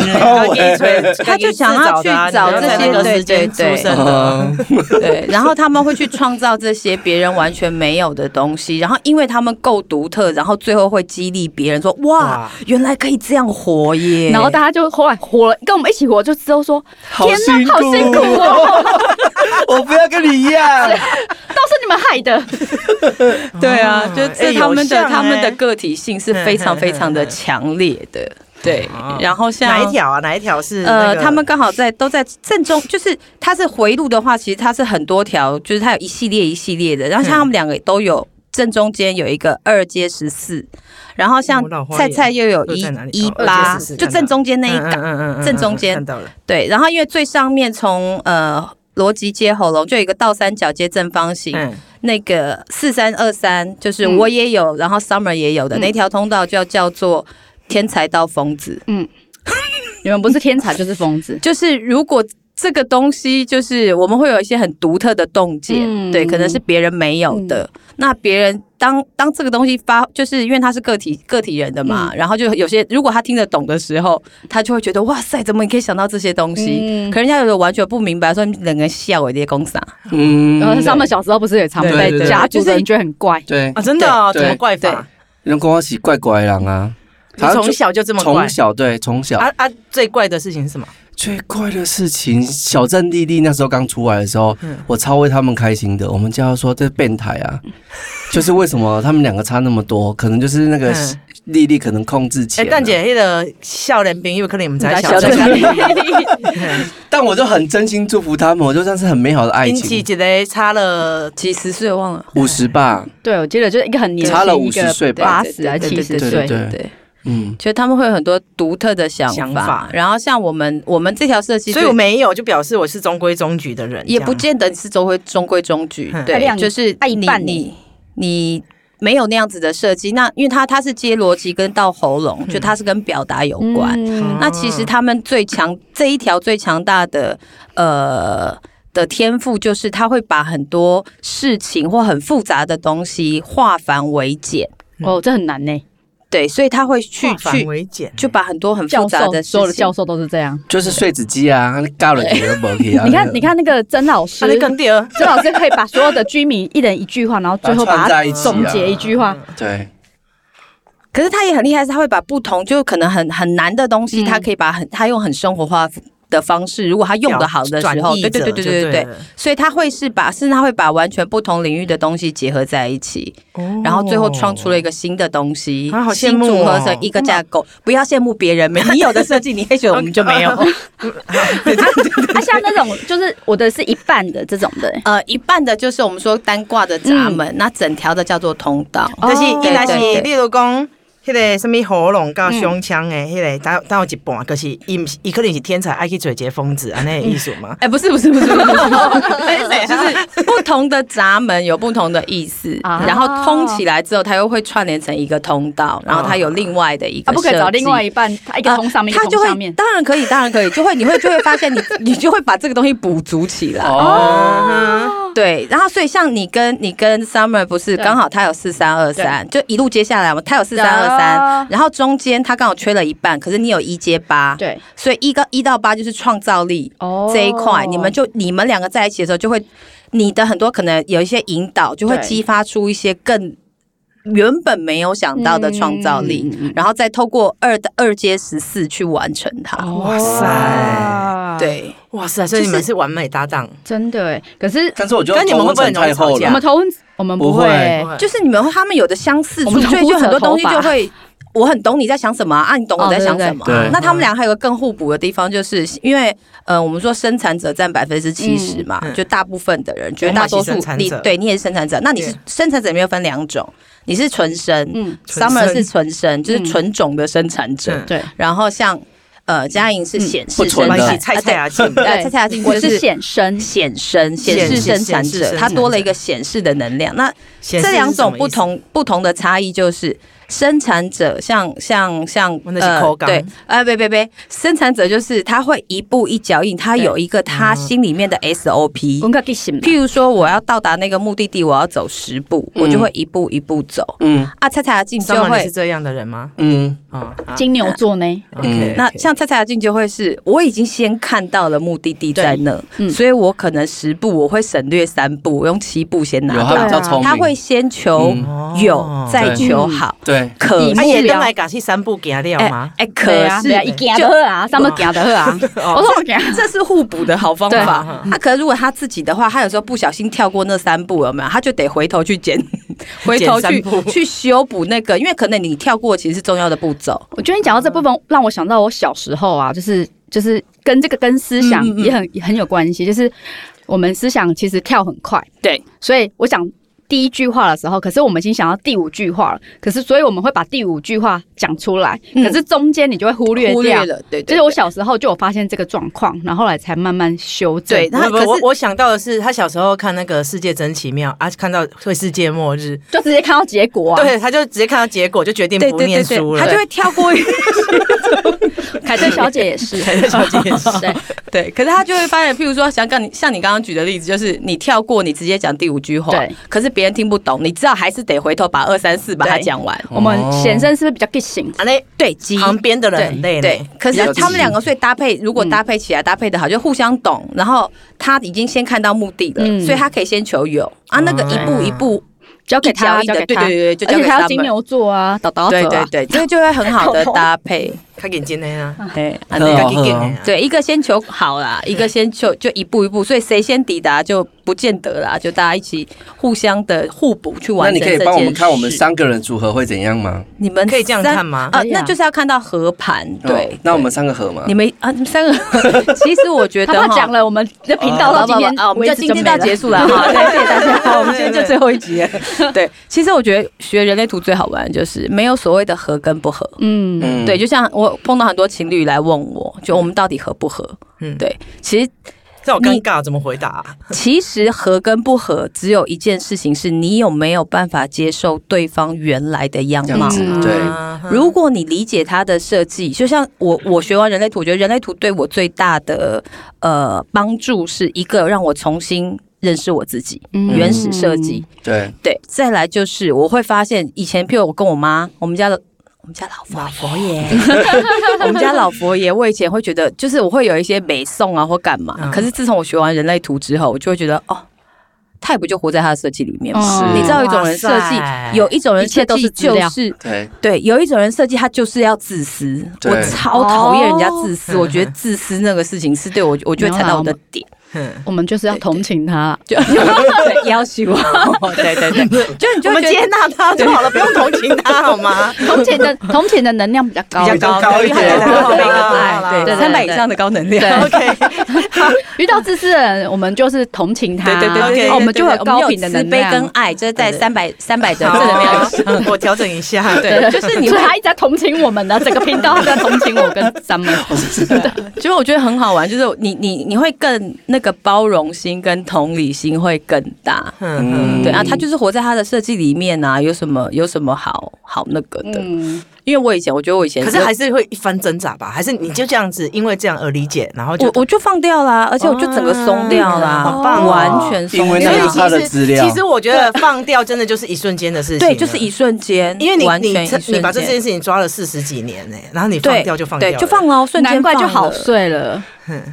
D: 他就想要去找这
B: 啊
D: 些对对对
A: 嗯，
D: 对，然后他们会去创造这些别人完全没有的东西，然后因为他们够独特，然后最后会激励别人说：“哇
B: 哇，
D: 原来可以这样活耶！”
C: 然后大家就后来活了，跟我们一起活，就之后说，
A: [LAUGHS] 好
C: 天
A: 辛
C: 哪，好辛苦 [LAUGHS] 哦，
A: [LAUGHS] 我不要跟你一
C: [LAUGHS]
A: 样。
C: 都是你们害的。
D: 对啊，就
B: 哎
D: 是他们的、
B: 有像
D: 他们
B: 哎
D: 的个体性是非常非常的强烈的。对
B: 哦，
D: 然后像
B: 哪一条啊？哪一条是那
D: 呃，
B: 个
D: 他们刚好在都在正中，就是它是回路的话，其实它是很多条，就是它有一系列一系列的。然后像他们两个都有正中间有一个二阶十四，然后像
B: 嗯我老花
D: 菜
B: 眼
D: 菜又有
B: 又
D: 一
B: 在哪里
D: 一
B: 哦
D: 八，
B: 2J14
D: 就正中间那一
B: 嗯
D: 档。
B: 嗯嗯嗯嗯
D: 正中间
B: 看到了，
D: 对，然后因为最上面从呃逻辑接喉咙就有一个倒三角接正方形，
B: 嗯，
D: 那个四三二三，就是
C: 嗯
D: 我也有，然后 Summer 也有的、
C: 嗯
D: 那条通道，就要叫做天才到疯子。
C: 你们不是天才就是疯子，
D: 就是如果这个东西，就是我们会有一些很独特的洞见，
C: 嗯
D: 对，可能是别人没有的。
A: 嗯
D: 那别人当当这个东西发，就是因为他是个体个体人的嘛，
A: 嗯
D: 然后就有些如果他听得懂的时候，他就会觉得哇塞，怎么你可以想到这些东西？
C: 嗯
D: 可人家有的完全不明白，说你两个人笑我这公司啊，
A: 嗯
C: 然后他们小时候不是也常
A: 对对
C: 被
A: 对
C: 家
D: 就
C: 族
D: 是
C: 的人觉得很怪，
A: 对
B: 啊，，真的哦，
A: 对
B: 怎么怪
D: 对
B: 法？
A: 人跟我起怪怪的人啊，
B: 你从小就这么怪
A: 从。小对从小
B: 啊啊！最怪的事情是什么？哎
A: 最怪的事情，小镇丽丽那时候刚出来的时候
B: 嗯，
A: 我超为他们开心的。我们叫她说这变态啊， [LAUGHS] 就是为什么他们两个差那么多，可能就是那个
B: 嗯
A: 丽丽可能控制起
B: 哎，
A: 来。
B: 蛋，姐，迄个少年朋友可能你们才
C: 小
B: 小
C: 的
B: 的， [LAUGHS]
A: 但我就很真心祝福他们，我就算是很美好的爱
B: 因起
A: 情。
B: 一个差了
D: 几十岁忘了，
A: 五十吧，
C: [LAUGHS] 对，我记得就是一个很年轻，
A: 差了
C: 一个
A: 50岁吧
C: 八十
D: 啊
C: 还是七十
A: 对
C: 岁
A: 对，对嗯，
D: 觉得他们会有很多独特的想法，
B: 想法
D: 然后像我们我们这条社区，
B: 所以我没有，就表示我是中规中矩的人，
D: 也不
B: 这样
D: 见得是中规中规中矩
B: 嗯，
C: 他
D: 对，
C: 两
D: 就是
C: 他一
D: 你
C: 半欸
D: 你你没有那样子的设计，那因为它它是接逻辑跟到喉咙，
B: 嗯
D: 就它是跟表达有关。
B: 哦
C: 嗯
D: 那其实他们最强这一条最强大的呃的天赋，就是他会把很多事情或很复杂的东西化繁为简，
C: 哦，这很难呢。
D: 对，所以他会去
B: 化繁
D: 去
B: 为简，
D: 就把很多很复
C: 教
D: 杂
C: 授
D: 的事
C: 所有的
D: 情
C: 教。授都是这样。
A: 就是碎纸机啊，尬了几个 b o 啊。
D: [LAUGHS]
C: 你看，你，看那个曾老师
B: 啊，，你更第二，
C: [LAUGHS] 曾老师可以把所有的居民一人一句话，然后最后
A: 把它串
C: 把
A: 在
C: 它
A: 一起啊
C: 总结一
A: [LAUGHS]
C: 句话。
A: 对，
D: 可是他也很厉害，是他会把不同就可能很很难的东西，
C: 嗯
D: 他可以把很他用很生活化的方式，如果他用得好的时候，
B: 转译
D: 对
B: 者
D: 对对对
B: 就
D: 对对
B: 对
D: 对，
B: 了，
D: 所以他会是把甚至他会把完全不同领域的东西结合在一起，然后最后创出了一个新的东西，
B: 哦啊好羡
D: 新
B: 慕哦
D: 组合成一个架构。不要羡慕别人，
B: [LAUGHS]
D: 没你有的设计，你也许我们就没有。
C: 啊，像那种就是我的是一半的这种的，
D: 呃，一半的就是我们说单挂的闸门，
B: 嗯
D: 那整条的叫做通道。
C: 哦
B: 就是伊若
D: 对对
B: 是，
D: 对
B: 例如讲，迄个什物喉咙到胸腔的迄个，当当有一半，就是伊毋是伊可能是天才，爱去做一个疯子，安尼的意思嘛。
D: 哎、不是不是不是不是，不是就是不同的闸门有不同的意思，
C: 啊
D: 然后通起来之后，它又会串联成一个通道，然后它有另外的一个
C: 啊，
D: 设
C: 不
D: 计、
C: 可以找另外一半，啊他一个
D: 呃
C: 通上面，一
D: 它
C: 个
D: 就
C: 通上
D: 会
C: 面。
D: 当然可以，当然可以，就会你会就会发现你你就会把这个东西补足起来。
A: 哦，
D: 对，然后所以像你跟你跟 Summer 不是
C: 对
D: 刚好他有四三二三，就一路接下来嘛，他有四三二三
C: 啊，
D: 然后中间他刚好缺了一半，可是你有一接八，
C: 对，
D: 所以一到一到八就是创造力，
C: 哦
D: 这一块，你们就你们两个在一起的时候，就会你的很多可能有一些引导，就会
C: 对
D: 激发出一些更原本没有想到的创造力，
C: 嗯嗯嗯
D: 然后再透过二的二阶十四去完成它。
C: 哦
B: 哇塞，
D: 对，
B: [LAUGHS] 哇塞，所以你们是完美搭档，
C: 真的哎。可是
A: 但是我觉得
B: 跟你们
A: 头
B: 会不会
A: 层
B: 很容易
A: 太厚
B: 吵架
C: 我
A: 了
C: 们，头昏，我们不
A: 不会
C: 会。
B: 哎
D: 就是你们他们有的相似
C: 我
D: 处，
C: 们都
D: 所以就很多东西
C: 互扯头
D: 就
C: 发
D: 会。我很懂你在想什么啊，啊你懂我在想什么
A: 哦
D: 啊、
A: 对对对对
D: 那他们俩还有个更互补的地方，就是因为呃，我们说生产者占百分之七十嘛、
B: 嗯嗯
D: 就大部分的人，绝大多数
B: 我们也是生产
D: 你
B: 者
D: 对你也是生产者，那你是
B: 对
D: 生产者里面又分两种，你是纯生、
C: 嗯，
D: s u m m e r
B: 纯生
D: 是纯生，就是纯种的生产者，
B: 嗯
C: 对，
D: 然后像呃佳颖是显示
A: 不纯
D: 生
A: 的
D: 产，呃
B: 一起菜菜啊，进
D: 对，呃，蔡蔡雅静
C: 我
D: 就是
C: 显身，
D: 显生显示生
B: 显
D: 产
B: 示生产
D: 者，
B: 者
D: 它多了一个显示的能量，那这两种不，同不同的差异就是。生产者像像像
B: 我那是口感
D: 对，哎、别别别，生产者就是他会一步一脚印，他有一个他心里面的
A: 嗯
D: SOP。
C: 我应该给醒
D: 譬如说，我要到达那个目的地，我要走十步，
A: 嗯
D: 我就会一步一步走。
A: 嗯
D: 啊，蔡蔡雅静就
B: 专门你
D: 会
B: 是，这样的人吗？
A: 嗯，
B: 啊
C: 金牛座呢？
B: ，OK，啊
D: 那像蔡蔡雅静就会是，我已经先看到了目的地在那，
C: 嗯
D: 所以我可能十步我会省略三步，我用七步先拿
A: 有
D: 到
A: 他。比较
C: 对啊
A: 聪明，
D: 他会先求
A: 嗯
D: 有，再求好，
A: 对，
D: 可
C: 以
D: 是
C: 目
B: 哎，也
C: 标
B: 等来讲去三步行了
D: 哎
B: 吗？
D: 哎，可
C: 对啊，
D: 是
C: 对啊，一行就好啊，上面行就好 [LAUGHS] 啊。我说我行，
D: 这是互补的好方
C: 对
D: 法。
B: 嗯
D: 他可是如果他自己的话，他有时候不小心跳过那三步，有没有？他就得回头去捡， [LAUGHS] 回头
B: 三
D: 去
B: 步
D: 去修补那个，因为可能你跳过其实是重要的步骤。
C: 我觉得你讲到这部分，让我想到我小时候啊，就是就是跟这个跟思想
D: 嗯嗯嗯
C: 也很、也很有关系，就是我们思想其实跳很快，
D: 对，
C: 所以我想。第一句话的时候，可是我们已经想到第五句话了，可是所以我们会把第五句话讲出来，
D: 嗯
C: 可是中间你就会忽略
D: 忽略
C: 掉。
D: 了，对，
C: 就
D: 对
C: 是我小时候就有发现这个状况，然后后来才慢慢修正。
D: 对，那
B: 不
D: 可
B: 不，我
D: 是
B: 我想到的是，他小时候看那个《世界真奇妙》啊，看到会世界末日，
C: 就直接看到结果啊，
B: 对，他就直接看到结果，就决定
D: 对
B: 不
D: 对
B: 念
D: 对
B: 书
D: 对，
B: 了。
D: 他就会跳 [LAUGHS] 过。
C: 凯特小姐也是，
B: 凯特小姐也是
C: [LAUGHS] 对，
D: 对，可是他就会发现，譬如说，像刚你像你刚刚举的例子，就是你跳过，你直接讲第五句话，
C: 对，
D: 可是别人听不懂，你知道还是得回头把二三四把它
C: 对
D: 讲完。
C: 我们显身是不是比较 g 醒？
B: 啊嘞，
D: 对，急
B: 旁边的人很累
D: 对
B: 呢。，
D: 可
A: 比较
D: 是他们两个所以搭配，如果
C: 嗯
D: 搭配起来搭配的好，就互相懂。然后他已经先看到目的了，
C: 嗯
D: 所以他可以先求有啊，那个
B: 哦
D: 一步一步
C: 交给他，
D: 一脚
C: 交
D: 印
C: 给
D: 的，对
C: 他，
D: 对对，就
C: 而
D: 交
C: 且
D: 给
C: 还
D: 他
C: 有金啊
D: 们。
C: 牛座啊，导导者
D: 对对
C: 啊，
D: 对，这个就会很好的搭配。
B: 较认真的啦，
D: 对，啊
A: 好
D: 那
B: 较
D: 个
A: 哦
B: 紧紧的啦。
D: 对，一个先求好啦，一个先求就一步一步，所以谁先抵达就不见得啦，就大家一起互相的互补去
A: 那
D: 完
A: 你
D: 成这
A: 可
D: 件
A: 以
D: 事。
A: 帮我们看我们三个人组合会怎样吗？
D: 你们
B: 可以这样
D: 三
B: 看吗
D: 啊，
C: 可以啊
D: 那就是要看到合盘，对
A: 哦。那我
D: 对
A: 们三个合吗
D: 你？们啊，你们三个， [LAUGHS] 其实我觉
C: 他
D: 得
C: 怕
D: 哈
C: 讲了我们
D: 嗯
C: 的频道到今天
D: 啊，我们
C: 为
D: 就
C: 止
D: 今天
C: 没
D: 到结束了哈，对谢谢大家，好我们今天就最后一集了。对，其实我觉得学人类图最好玩的就是没有所谓的合跟不合。
C: 嗯，
A: 嗯
D: 对，就像我碰到很多情侣来问我，就我们到底合不合？
B: 嗯
D: 对，其实
B: 这好尴尬，怎么回答啊？
D: 其实合跟不合只有一件事情，是你有没有办法接受对方原来的样
A: 这
D: 貌
A: 样。子
C: 嗯，
A: 对，
B: 啊哈
D: 如果你理解它的设计，就像我我学完人类图，我觉得人类图对我最大的呃帮助是一个让我重新认识我自己
C: 嗯
D: 原始设计。
A: 对，
D: 对，再来就是我会发现以前，譬如我跟我妈，我们家的。我们家老佛老佛爷， [LAUGHS] 我们家老佛爷，我以前会觉得，就是我会有一些美颂啊或干嘛，
B: 嗯
D: 可是自从我学完人类图之后，我就会觉得，哦，他也不就活在他的设计里面嘛。
A: 是
D: 你知道有一种人设计
B: 哇塞，
D: 有一种人
C: 一切
D: 设
C: 都
D: 计
C: 是资
D: 就
C: 料
D: 是
A: 对，
D: 对，有一种人设计他就是要自私，
A: 对
D: 我超讨厌人家自私。
B: 哦
D: 我觉得自私那个事情是对我，我就会踩到我的点， [LAUGHS]
B: 哼
C: 我们就是要同情他，
D: 就对要求
B: [LAUGHS]
D: 我，对对对，就你
B: 我
D: 就会
B: 们
D: 觉
B: 接
D: 得。
B: 纳他就好了，不用同情他好
D: [LAUGHS]
B: 吗？
C: 同情的同情的能量比较高，
A: 比较高
D: 对因为
A: 一点
D: 他有高能
B: 好啦好啦
D: 量对
C: 对
D: 对，
C: 对
D: 三百以
C: 对
D: 上的高能量，
C: 对
B: OK，
C: 遇到自私的人，我们就是同情他，
D: 对对对对对，
C: 哦我们就会有高频的
D: 我们
C: 能
D: 有慈悲跟
C: 量。
D: 爱，就是在
B: 对对
D: 三百三百的
B: 好
D: 正能量以上。
B: 我调整一下。
D: 对，就是你
C: 所
D: 会
C: 以他一直在同情我
D: [LAUGHS]
C: 们的啊整个频道，他都在同情我跟 Summer。
D: 其实我觉得很好玩，就是你你你会更那个包容心跟同理心会更大。
B: 嗯，
D: 对啊，他就是活在他的设计里面啊，有什么有什么好好那个的？
C: 嗯，
D: 因为我以前我觉得我以前
B: 可是还是会一番挣扎吧？还是你就这样子，因为这样而理解，然后就
D: 我我就放掉啦，而且我就整个松掉啦，
B: 哦好棒哦
D: 完全松
A: 因为
D: 掉
A: 那个
B: 所以
A: 是
B: 其实
A: 他的资料
B: 其实我觉得放掉真的就是一瞬间的事情，啊
D: 对，就是一。瞬间，
B: 因为
D: 嗯完
B: 你
D: 全
B: 你
D: 一
B: 这
D: 瞬间
B: 你把这件事情抓了四十几年呢、然后你放
D: 对
B: 掉就放掉了，
D: 对就放了，瞬间
C: 难怪就
D: 放了
C: 好睡了，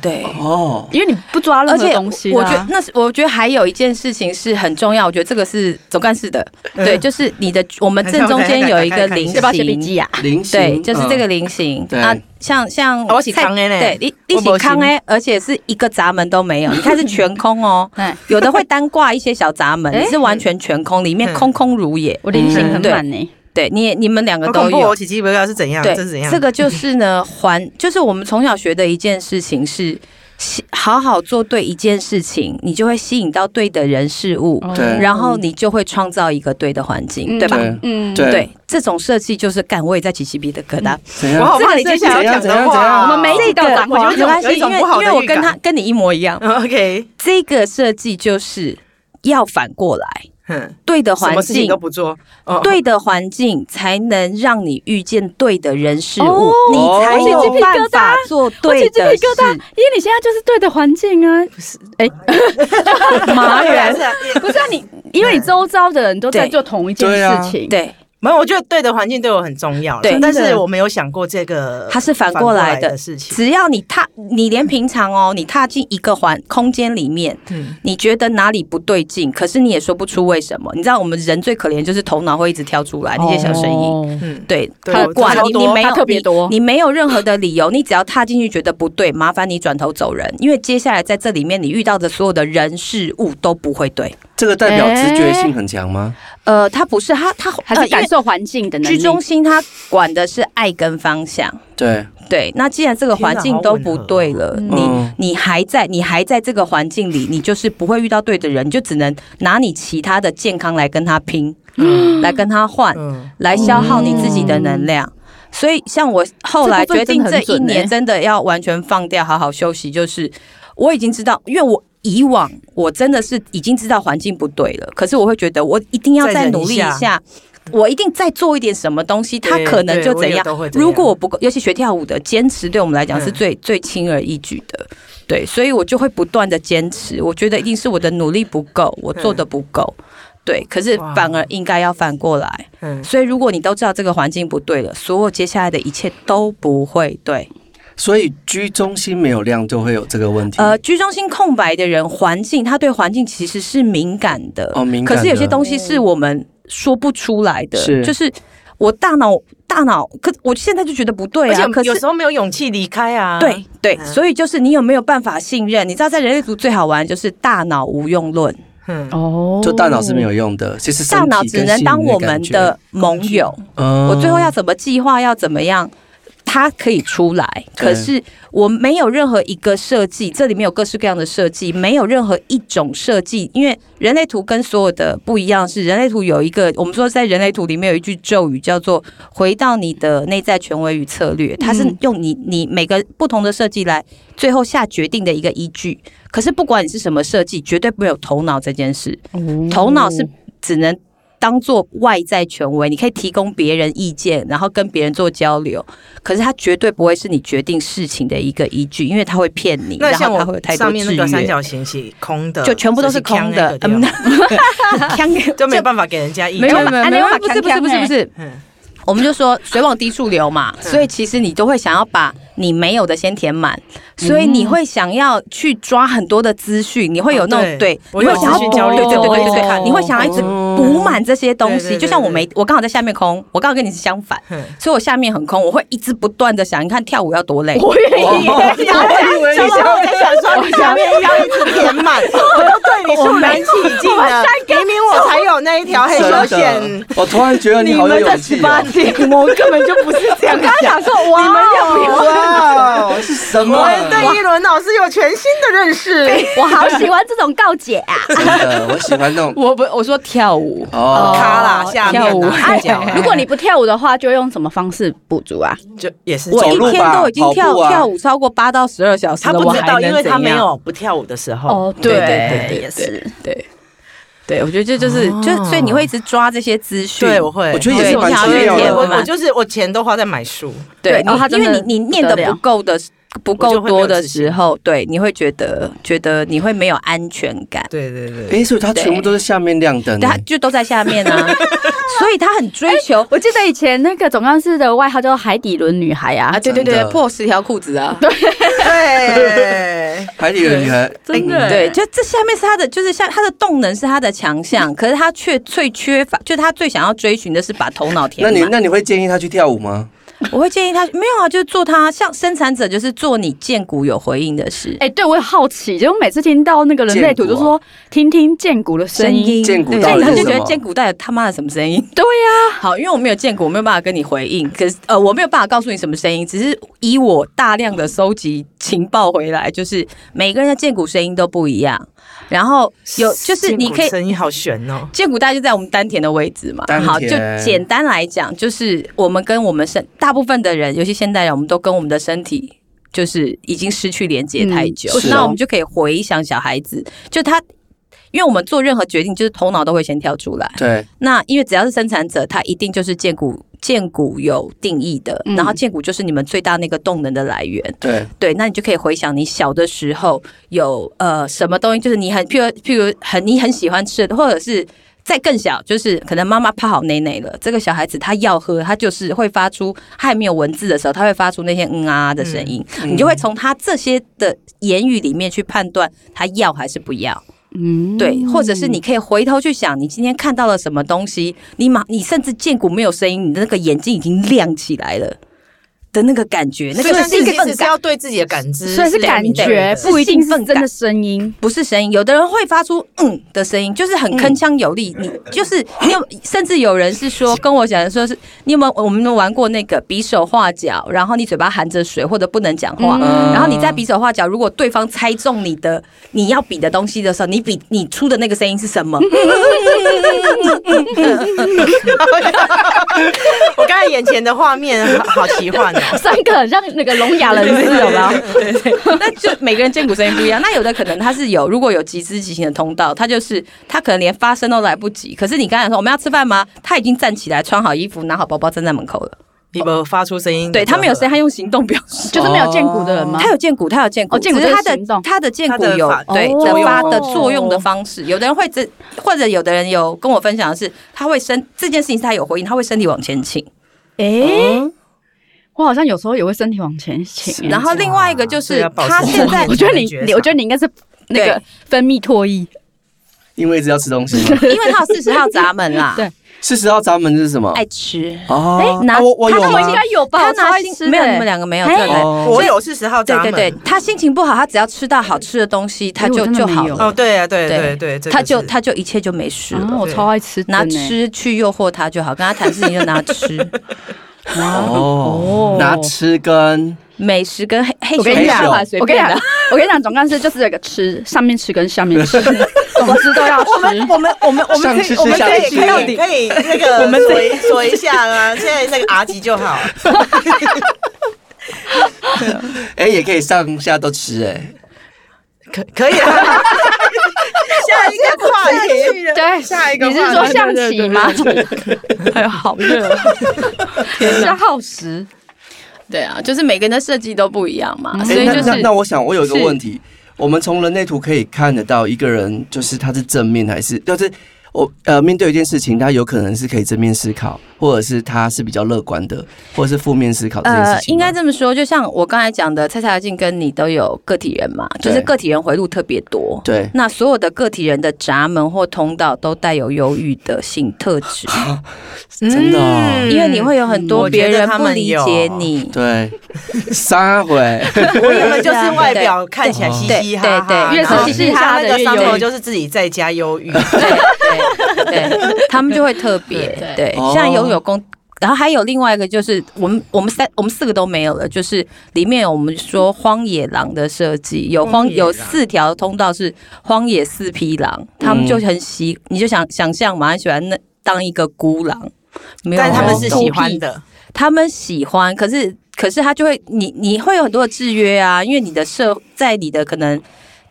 D: 对。
A: 哦，
C: 因为你不抓任
D: 而
C: 何
D: 且
C: 东西啦。
D: 我觉得那是，我觉得还有一件事情是很重要，我觉得这个是总干事的，
B: 嗯
D: 对，就是你的我们正中间有
B: [LAUGHS]
D: 一个菱
C: 要不要写笔
D: 形，
C: 记啊？。
A: 菱形，
D: 对，就是这个
A: 嗯
D: 菱形。
A: 对
D: 啊，像像
B: 哦我是
D: 蔡
B: 空的呢
D: 对，你
B: 我
D: 你
B: 没
D: 是康哎，而且是一个闸门都没有，你看是全
B: [LAUGHS]
D: 空哦
C: 对，
D: 有的会单挂一些小闸门，
C: 诶
D: 你是完全全空，里面
B: 嗯
D: 空空如也。
C: 我菱形很
D: 嗯对
C: 满呢。
D: 对，你也你们两个
B: 好
D: 都
B: 恐怖、
D: 有
B: 哦！。奇迹不知道是怎样，
D: 对
B: 这是怎，样？
D: 这个就是呢， [LAUGHS] 还就是我们从小学的一件事情是。吸好好做对一件事情，你就会吸引到对的人事物，
A: 对
D: 然后你就会创造一个对的环境，
C: 哦嗯
D: 嗯对吧？
A: 对
C: 嗯，
A: 对
D: 对，这种设计就是干我也在起鸡皮的疙瘩。
A: 怎
B: 我
A: 样？
B: 好怕你接下来要讲
A: 怎
B: 的
A: 样怎样怎
B: 话
A: 样
B: 哦，
C: 我们每一集都有脏话
B: 我觉得
D: 没关系，
B: 有一
D: 因
B: 种
D: 为
B: 不好
D: 因
B: 的
D: 为我
B: 预
D: 跟
B: 感
D: 他跟你一模一样。 [LAUGHS]
B: 嗯 OK，
D: 这个设计就是要反过来，
B: 哼，
D: 对的
B: 什
D: 环
B: 么事情
D: 境
B: 都，不做，哦，
D: 对的环境才能让你遇见对的人事物
C: 哦，
D: 你才
A: 我
D: 有
C: 起鸡皮疙瘩
D: 办法做
C: 我起
D: 对
C: 鸡皮
D: 的事
C: 疙。瘩，因为你现在就是对的环境啊，
D: 麻
B: 原
D: 原
B: 是啊，
A: [LAUGHS]
C: 不是啊你，因为你周遭的人都在
D: 对
C: 做同一件
A: 对啊
C: 事情，
D: 对，
B: 没有，我觉得对的环境对我很重要啦，
D: 对
B: 但
C: 真
B: 是
C: 的
B: 我没有想过这个
D: 它是反
B: 呃反
D: 过来
B: 来
D: 的。
B: 事情，
D: 只要你踏，你连平常哦，你踏进一个环空间里面，
B: 嗯，
D: 你觉得哪里不对劲，可是你也说不出为什么。你知道我们人最可怜就是头脑会一直跳出
A: 啊
D: 来那些小声音。
A: 哦
C: 音，
B: 嗯，
D: 对，
B: 对
D: 它
B: 我
D: 挂
B: 超
D: 你，
B: 多
D: 你没有
C: 它特别多
D: 你，你没有任何的理由，你只要踏进去觉得不对，麻烦你转头走人，因为接下来在这里面你遇到的所有的人事物都不会对。
A: 这个代表直觉性很强吗？
D: 呃，他不是他他
C: 还是感受环境的
D: 呃因
C: 能
D: 为居
C: 力。
D: 中心，他管的是爱跟方向。
A: 对，
D: 对，那既然这个环境都不对了，
C: 天
A: 哪好
D: 你
A: 吻合哦
D: 你还在你还在这个环境里，你就是不会遇到对的人，你就只能拿你其他的健康来跟他拼，来跟他换，
B: 嗯，
D: 来消耗你自己的能量。所以，像我后来决定这一
B: 欸
D: 年真的要完全放掉，好好休息，就是我已经知道，因为我。以往我真的是已经知道环境不对了，可是我会觉得我一定要
B: 再
D: 再
B: 忍
D: 努力
B: 一
D: 一
B: 下
D: 下，我一定再做一点什么东西，
B: 对
D: 它可能就
B: 对我
D: 怎
B: 也
D: 样
B: 都会。这样
D: 如果我不够，尤其学跳舞的坚持，对我们来讲是
B: 嗯
D: 最、最轻而易举的。对，所以我就会不断的坚持。我觉得一定是我的努力不够，我做的不够。对，可是
B: 哇
D: 反而应该要反过来。
B: 嗯，
D: 所以如果你都知道这个环境不对了，所有接下来的一切都不会对。
A: 所以居中心没有量就会有这个问题。
D: 呃，居中心空白的人，环境他对环境其实是敏感的。
A: 哦敏感的
D: 可是有些东西是我们说不出来的，
A: 是
D: 就是我大脑大脑，可我现在就觉得不对
B: 而且
D: 啊。可
B: 有
D: 是
B: 时候没有勇气离开啊。
D: 对对，
B: 嗯
D: 所以就是你有没有办法信任？你知道，在人类图最好玩就是大脑无用论，
B: 嗯，
C: 哦，
A: 就大脑是没有用的，其实身
D: 大
A: 体
D: 脑只
A: 跟
D: 能
A: 心
D: 当
A: 灵
D: 我
A: 感
D: 们
A: 觉
D: 的盟友。
A: 嗯
D: 我最后要怎么计划，要怎么样，它可以出来。
A: 对
D: 可是我没有任何一个设计，这里面有各式各样的设计，没有任何一种设计，因为人类图跟所有的不一样是，人类图有一个，我们说在人类图里面有一句咒语叫做“回到你的内在权威与策略”，它是
C: 嗯
D: 用你你每个不同的设计来最后下决定的一个依据。可是不管你是什么设计，绝对没有头脑这件事。
C: 哦
D: 头脑
B: 嗯
D: 是只能当做外在权威，你可以提供别人意见，然后跟别人做交流，可是它绝对不会是你决定事情的一个依据，因为它会骗你，
B: 那
D: 然
B: 像
D: 后它
B: 我
D: 会有太多
B: 上面
D: 制
B: 那个三
D: 约。
B: 角形是空的，
D: 就全部都是空的，
B: 就是
D: 嗯
B: 呛那个，
D: 呛 [LAUGHS] 给
B: 对吧就没有办办法给人家意
D: 没
B: 见。
D: 有
C: 没有
D: 没有
C: 啊
D: 没
C: 没
D: 有
C: 有，
D: 不是不
C: 把呛
D: 是不是不是，
B: 嗯
D: 我们就说水往低处流嘛，所以其实你都会想要把你没有的先填满，所以你会想要去抓很多的资讯，你会有
B: 嗯
D: 那
B: 哦
D: 种对
B: 对，我
D: 你
B: 有
D: 会想要
B: 资讯焦虑哦嗯
D: 对对对对对
C: 对对
D: 对，
C: 对
D: 你会想要一直补满这些东
B: 对对
D: 西，
B: 对
D: 就像我没我刚好在下面空，我刚好跟你是相反，
B: 嗯
D: 所以我下面很空，我会一直不断的想，你看跳舞要多累，哦
C: 我愿意，
B: 我以为你想我在想说你下面 [LAUGHS] 要一直填满，我都对你肃然起敬了。明明我才有那一条黑
A: 真
B: 手
A: 的
B: 线，
A: 我突然觉得你好有勇气哦！
B: 点，我根本就不是这样
C: 我刚刚想说，哇，哦
B: 哇哦，
A: 是什么
B: 我？对一轮老师有全新的认识。
C: 我好喜欢这种告解
A: [LAUGHS]
C: 啊！
A: 真的，我喜欢那种
D: 我不我说跳舞，
A: 哦，
B: 卡啦下面啊
D: 跳舞
B: 哎脚啊
C: 如果你不跳舞的话，就用什么方式补足啊？
B: 就也是
D: 我
A: 走
D: 一
A: 路吧
D: 天都已经
A: 跑
D: 跳
A: 步啊
D: 跳舞超过八到十二小时
B: 他
D: 了，
B: 不
D: 我
B: 知
D: 还
B: 道，
D: 能
B: 因为他
D: 怎
B: 没
D: 样
B: 有不跳舞的时候。
A: 哦
D: 对对对
C: 也
D: 对
C: 是。
D: 对。对，我觉得这就是，
B: 哦
D: 就所以你会一直抓这些资讯，
B: 对，我会，
A: 我觉得也是蛮
D: 对
A: 重要
D: 我
B: 我
A: 的。
B: 我就是我钱都花在买书，
D: 对，
C: 对哦他
D: 你
C: 真
D: 因
C: 的
D: 为你你念的不够的不
B: 我
D: 够
B: 就会没有
D: 多的
B: 自信
D: 时候，对，你会觉得觉得你会没有安全感，
B: 对对对，
A: 哎，所以它全部都是下面亮灯
D: 对，
A: 欸，
D: 他就都在下面啊，所以他很追求
C: 我记得以前那个总干事的外号叫海底轮女孩啊，
A: 对对对真的
D: 破十条裤子啊，对
B: [LAUGHS] 对，
A: 海底的女孩，
C: 真的
D: 对，就这下面是他的，就是像他的动能是他的强项，可是他却最缺乏，就是他最想要追寻的是把头脑填
A: 那
D: 满。
A: 你那你会建议她去跳舞吗？
D: 我会建议他没有啊，就是做他像生产者，就是做你见骨有回应的事。
C: 哎、对我也好奇，就我每次听到那个人类
A: 剑
C: 图，
A: 骨啊
C: 就说、听听剑骨的声音。
A: 见骨
D: 对，
A: 到
C: 底
D: 他
C: 是
D: 就
C: 什
D: 觉得
A: 么
D: 见骨到底他妈的什么声音？
C: 对呀、
D: 好，因为我没有见过，我没有办法跟你回应。可是呃，我没有办法告诉你什么声音，只是以我大量的收集情报回来，就是每个人的见骨声音都不一样。然后有就是你可以
B: 声音好悬哦，
D: 剑骨大概就在我们丹田的位置嘛
A: 丹。田
D: 好，就简单来讲，就是我们跟我们身大部分的人，尤其现代人，我们都跟我们的身体。就是已经失去连接太久
A: 嗯，是啊
D: 那我们就可以回想小孩子，就他，因为我们做任何决定，就是头脑都会先跳出来，
A: 对，
D: 那因为只要是生产者，他一定就是建股建股有定义的，
C: 嗯
D: 然后建股就是你们最大那个动能的来源。
A: 对，
D: 对，那你就可以回想你小的时候有呃什么东西，就是你很譬如譬如很你很喜欢吃的，或者是。再更小，就是可能妈妈泡好奶奶了，这个小孩子他要喝，他就是会发出他还没有文字的时候，他会发出那些嗯啊啊的声音，你就会从他这些的言语里面去判断他要还是不要。
C: 嗯，
D: 对，或者是你可以回头去想，你今天看到了什么东西，你马你甚至见骨没有声音，你的那个眼睛已经亮起来了的那个感觉，那
B: 所以
D: 个
B: 是
D: 兴
B: 一个
D: 奋
B: 是
D: 感。
B: 要对自己的感知，
C: 所以是
B: 灵
C: 感
B: 敏的
C: 觉，
D: 是
C: 不一定是
D: 兴奋
C: 真
D: 感
C: 的声音。
D: 不是声音，有的人会发出嗯的声音，就是很铿锵有力。你就是你有，甚至有人是说跟我讲的说是，你有没有我们有没有玩过那个比手画脚，然后你嘴巴含着水或者不能讲话，
A: 嗯
D: 然后你在比手画脚，如果对方猜中你的你要比的东西的时候，你比你出的那个声音是什么？
B: 我刚才眼前的画面好好奇幻 [LAUGHS] 哦，
C: [LAUGHS] 三个很像那个聋哑人 [LAUGHS] 士，有没有？
D: 对对对，那就每个人见骨声音不一样。那有的可能他是有，如果有集资集行的通道，他就是他可能连发声都来不及。可是你刚才说我们要吃饭吗？他已经站起来，穿好衣服，拿好包包，站在门口了。
B: 你们发出声音，
D: 对他没有声音，他用行动表示。
C: 就是没有见骨的人吗？
D: 他有见骨，他有见骨，
C: 哦见骨
D: 只是
C: 就
D: 他
C: 是
D: 的
C: 行动
D: 他的见
B: 他
D: 骨
B: 的
D: 有
B: 法
D: 对
C: 哦
D: 的发的作用的方式。有的人会这，或者有的人有跟我分享的是，他会身这件事情是他有回应，他会身体往前倾。
C: 诶，哎我好像有时候也会身体往前倾。
D: 然后另外一个就是
B: 对啊保持
D: 他现在
B: 正
C: [LAUGHS] 我
B: 念
C: 觉得你
B: 觉察，
C: 你我觉得你应该是那个
D: 对
C: 分泌唾液。
A: 因为一直要吃东西嘛。
D: [LAUGHS] 因为他有四十号闸门啦
C: [LAUGHS] ，对，
A: 四十号闸门是什么？
D: 爱吃。
A: 哦
D: 哎拿
A: 啊我我
D: 他
A: 有
D: 那
A: 吗
D: 我？
C: 应该有吧？
D: 他
C: 我超
D: 拿
C: 爱
D: 心
C: 吃的
D: 没有你们两个没有
C: 哎
D: 这个，
A: 哦
B: 我有四十号
D: 对
B: 闸
D: 对
B: 门，
D: 对，他心情不好，他只要吃到好吃的东西，他
C: 哎我
D: 就
C: 真的
D: 就
C: 没
D: 好
C: 有
D: 了。
B: 哦，对啊，对对
D: 对
B: 对，这个
D: 他就是他就一切就没事
C: 啊，
D: 了。
C: 我超爱吃的呢，欸
D: 拿吃去诱惑他就好，跟他谈事情就拿吃
A: 哦
C: 哦，
A: 拿吃跟
D: 美食跟黑黑
C: 我跟
A: 你
D: 熊
A: 讲
D: 没办法随
C: 我跟你
D: 便
C: 讲
D: 的。，
C: 我跟你讲，总干事就是有个吃，上面吃跟下面
D: [LAUGHS]
C: 吃，总之都要吃。
D: 我们我们我
A: 上
D: 们可
A: 吃
D: 以我
A: 吃
D: 们
A: 下
D: 可以
A: 吃
D: 可以
B: 可以可以那个 [LAUGHS] 我们锁锁一下啊，现在那个 R 级就好。
A: 哎也可以上下都吃哎，
B: [LAUGHS] 可可以 [LAUGHS] 啦，下一个话题 [LAUGHS]
C: 对，
B: 下一个
C: 你是
B: 话题
C: 说象棋吗？
D: 哎呦，好热 [LAUGHS] 哦。
C: 消耗时，
D: 对啊，就是每个人的设计都不一样嘛，
C: 嗯
D: 啊所以
A: 那
D: 就
A: 那
D: 是
A: 那我想我有一个
D: 是
A: 问题，我们从人类图可以看得到一个人就是他是正面还是就是。我呃，面对一件事情，他有可能是可以正面思考，或者是他是比较乐观的，或者是负面思考这件事
D: 呃，
A: 情
D: 应
A: 吗。
D: 该这么说，就像我刚才讲的，蔡蔡静跟你都有个体人嘛，
A: 对
D: 就是个体人回路特别多。
A: 对
D: 那所有的个体人的闸门或通道都带有忧郁的性特质，
A: 真的哦
D: 因为你会有很
B: 嗯
D: 多
B: 我觉
D: 别
B: 得
D: 人
B: 他
D: 不
B: 们
D: 理
B: 有
D: 解你。
A: [LAUGHS] 对，三回。
B: 我原本就是外表看起来嘻嘻哈哈，
D: 对对对
C: 越是嘻嘻哈哈的
B: 然后像那个伤
C: 越有
B: 口就是自己在家忧郁，
D: 对对对，他们就会特别对
A: 哦，
D: 像拥有工。然后还有另外一个就是我们我们三我们四个都没有了，就是里面有我们说荒野狼的设计，有
B: 荒
D: 荒
B: 野狼
D: 有四条通道是荒野四匹狼，他们就很喜，你就想想象嘛，很喜欢那当一个孤狼，没有
B: 但他们是
D: 孤僻
B: 喜欢的，
D: 他们喜欢，可是可是他就会你你会有很多的制约啊，因为你的社在你的可能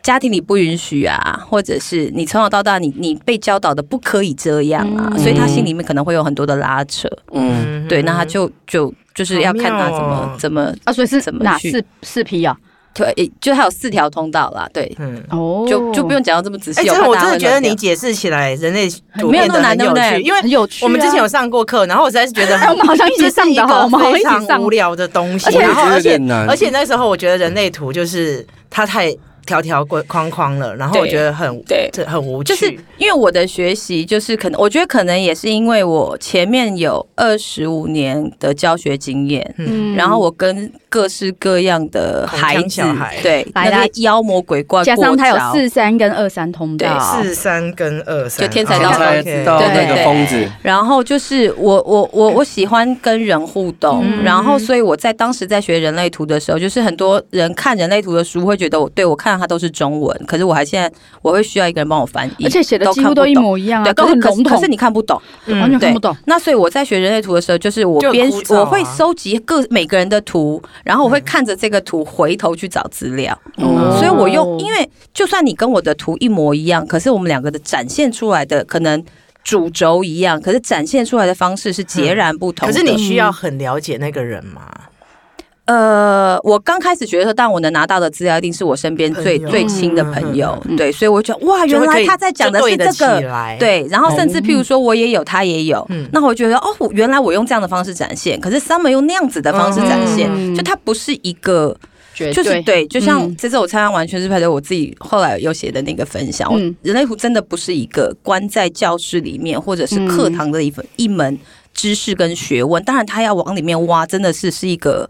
D: 家庭里不允许啊，或者是你从小到大你你被教导的不可以这样啊，
C: 嗯
D: 所以他心里面可能会有很多的拉扯，
A: 嗯，
B: 嗯
D: 对，那他就就就是要看
B: 好
D: 他
B: 妙
D: 怎
B: 哦
D: 么怎么
C: 啊，所以是
D: 怎么
C: 哪
D: 去
C: 四四批啊？
D: 对，就还有四条通道啦，对，
B: 嗯。
C: 哦，
D: 就就不。用讲到这么仔
B: 哎，
D: 细，
B: 这
D: 怕
B: 我
D: 大
B: 真的
D: 家会
B: 觉得
D: 乱
B: 你
D: 掉
B: 解释起来，人类图
D: 没
B: 变
D: 有那
B: 得
D: 么难
B: 很有趣，
D: 对不对
B: 因为
C: 很有趣啊、
B: 我们之前有上过课，然后我实在是觉得很，
C: 哎我们好像一起
B: 这是
C: 上的哦
B: 个
C: 我们好像
B: 非常
C: 一起上
B: 无聊的东西，
C: 而且
B: 然后
A: 我觉得
B: 而
A: 有
B: 且
A: 点难
B: 而且那时候我觉得人类图就是它太条条框框了，然后我
D: 对
B: 觉得很
D: 对
B: 这很无趣，
D: 就是因为我的学习，就是可能我觉得可能也是因为我前面有二十五年的教学经验，
C: 嗯
D: 然后我跟各式各样的孩
B: 口腔小，
D: 子
B: 孩
D: 对，
C: 来
D: 那
C: 来
D: 些妖魔鬼怪，
C: 加上它
D: 过
C: 有
D: 招
C: 四三跟二三通道，
B: 四三跟二三，
D: 就天才
A: 刚
D: 到
B: 哦
A: 才
B: OK
A: 到
D: 对
A: 那个疯子，
D: 然后就是我我我我喜欢跟人互动，
C: 嗯
D: 然后所以我在当时在学人类图的时候，就是很多人看人类图的书会觉得我对我看到它都是中文，可是我还现在我会需要一个人帮我翻译，
C: 而且写的
D: 都
C: 几
D: 看
C: 乎
D: 不
C: 都一
D: 懂
C: 模一样、啊，
D: 对，
C: 都
D: 可
C: 很
D: 是可
C: 笼
D: 是
C: 统，
D: 可是你看不懂。
C: 完
B: 嗯
C: 全看
D: 对
C: 不懂。
D: 那所以我在学人类图的时候，就是我
B: 就很
D: 边、
B: 枯燥啊
D: 我会收集各每个人的图，然后我会看着这个图回头去找资料。
B: 嗯
A: 哦
D: 所以我用，因为就算你跟我的图一模一样，可是我们两个的展现出来的可能主轴一样，可是展现出来的方式是截然不同
B: 嗯
D: 啊
B: 可
D: 的。
B: 是你需要很了解那个人嘛？
D: 呃，我刚开始学的时候，但我能拿到的资料一定是我身边最
B: 朋友嗯
D: 最亲的朋友，对，所以我就觉得哇，
B: 就
D: 原
B: 会可
D: 来
B: 以
D: 他在讲的
B: 就对
D: 是
B: 得
D: 这
B: 起
D: 个，
B: 来，
D: 对，然后甚至譬如说我也有，他也有，
B: 哎哦嗯
D: 那我觉得哦，我原来我用这样的方式展现，可是 Summer 用那样子的方式展现，
C: 嗯
D: 就它不是一个，
C: 绝
D: 就是对，就像
C: 嗯
D: 这次我参加完全是派对，我自己后来有写的那个分享，我
C: 嗯
D: 人类图真的不是一个关在教室里面或者
C: 嗯
D: 是课堂的一份、一门知识跟学问，当然他要往里面挖，真的是是一个。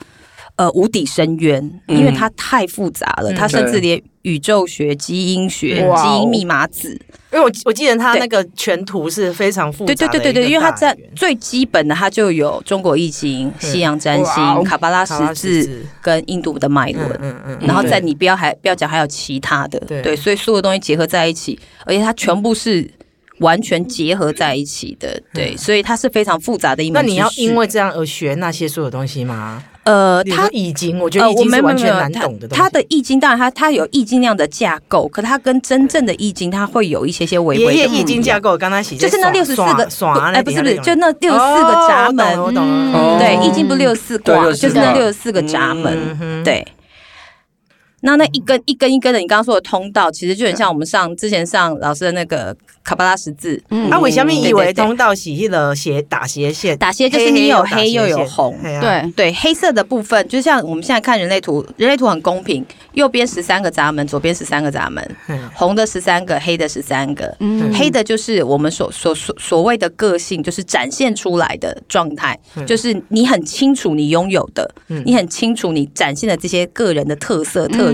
D: 呃，无底深渊，
A: 嗯
D: 因为它太复杂了，
B: 嗯
D: 它甚至连宇宙学、基因学、
C: 哇哦
D: 基因密码子，
B: 因为我我记得他那个全图是非常复杂
D: 对对
B: 的
D: 对对对，因为它在最基本的，它就有中国易
B: 嗯
D: 经、西洋占
C: 哇哦
D: 星、卡巴拉十
B: 十
D: 字
B: 字，
D: 跟印度的脉
B: 嗯
D: 轮。
B: 嗯嗯嗯，
D: 然后在
A: 对
D: 你不要还不要讲，还有其他的，
B: 对
D: 对，所以所有东西结合在一起，而且它全部是完全结合在一起的，对，所以它是非常复杂的一
B: 嗯那
D: 门知识。
B: 你要因为这样而学那些所有东西吗？
D: 呃，
B: 他
D: 它呃
B: 易经，我觉得易经是完全难懂的东西。
D: 它的易经当然它它有易经那样的架构，可它跟真正的易经它会有一些些微微
B: 爷
D: 的
B: 爷
D: 不一
B: 易经
D: 样
B: 架构，刚才写
D: 就是那六十四个
B: 爽，
D: 哎、不是不是，就那六十四个闸门，
B: 哦
D: 嗯
B: 我懂了，
A: 哦
D: 对，易经不是六十四卦，
A: 对64
D: 就是那
A: 卦
D: 六十四个闸门，
B: 嗯，
D: 对。那那一根一根一根的，你刚刚说的通道，其实就很像我们上之前上老师的那个卡巴拉十字。
C: 嗯
B: 啊，为什么
D: 对对
B: 以为
D: 对
B: 通道是迄个斜打斜线？
D: 打斜就是你有黑又有红
B: 对啊，
C: 对，
D: 对，黑色的部分，就像我们现在看人类图，人类图很公平，右边十三个闸门，左边十三个闸门，
B: 嗯
D: 红的十三个，黑的十三个。
C: 嗯
D: 黑的就是我们所所所所谓的个性，就是展现出来的状态，
B: 嗯
D: 就是你很清楚你拥有的，
B: 嗯
D: 你很清楚你展现的这些个人的特色特质。
C: 嗯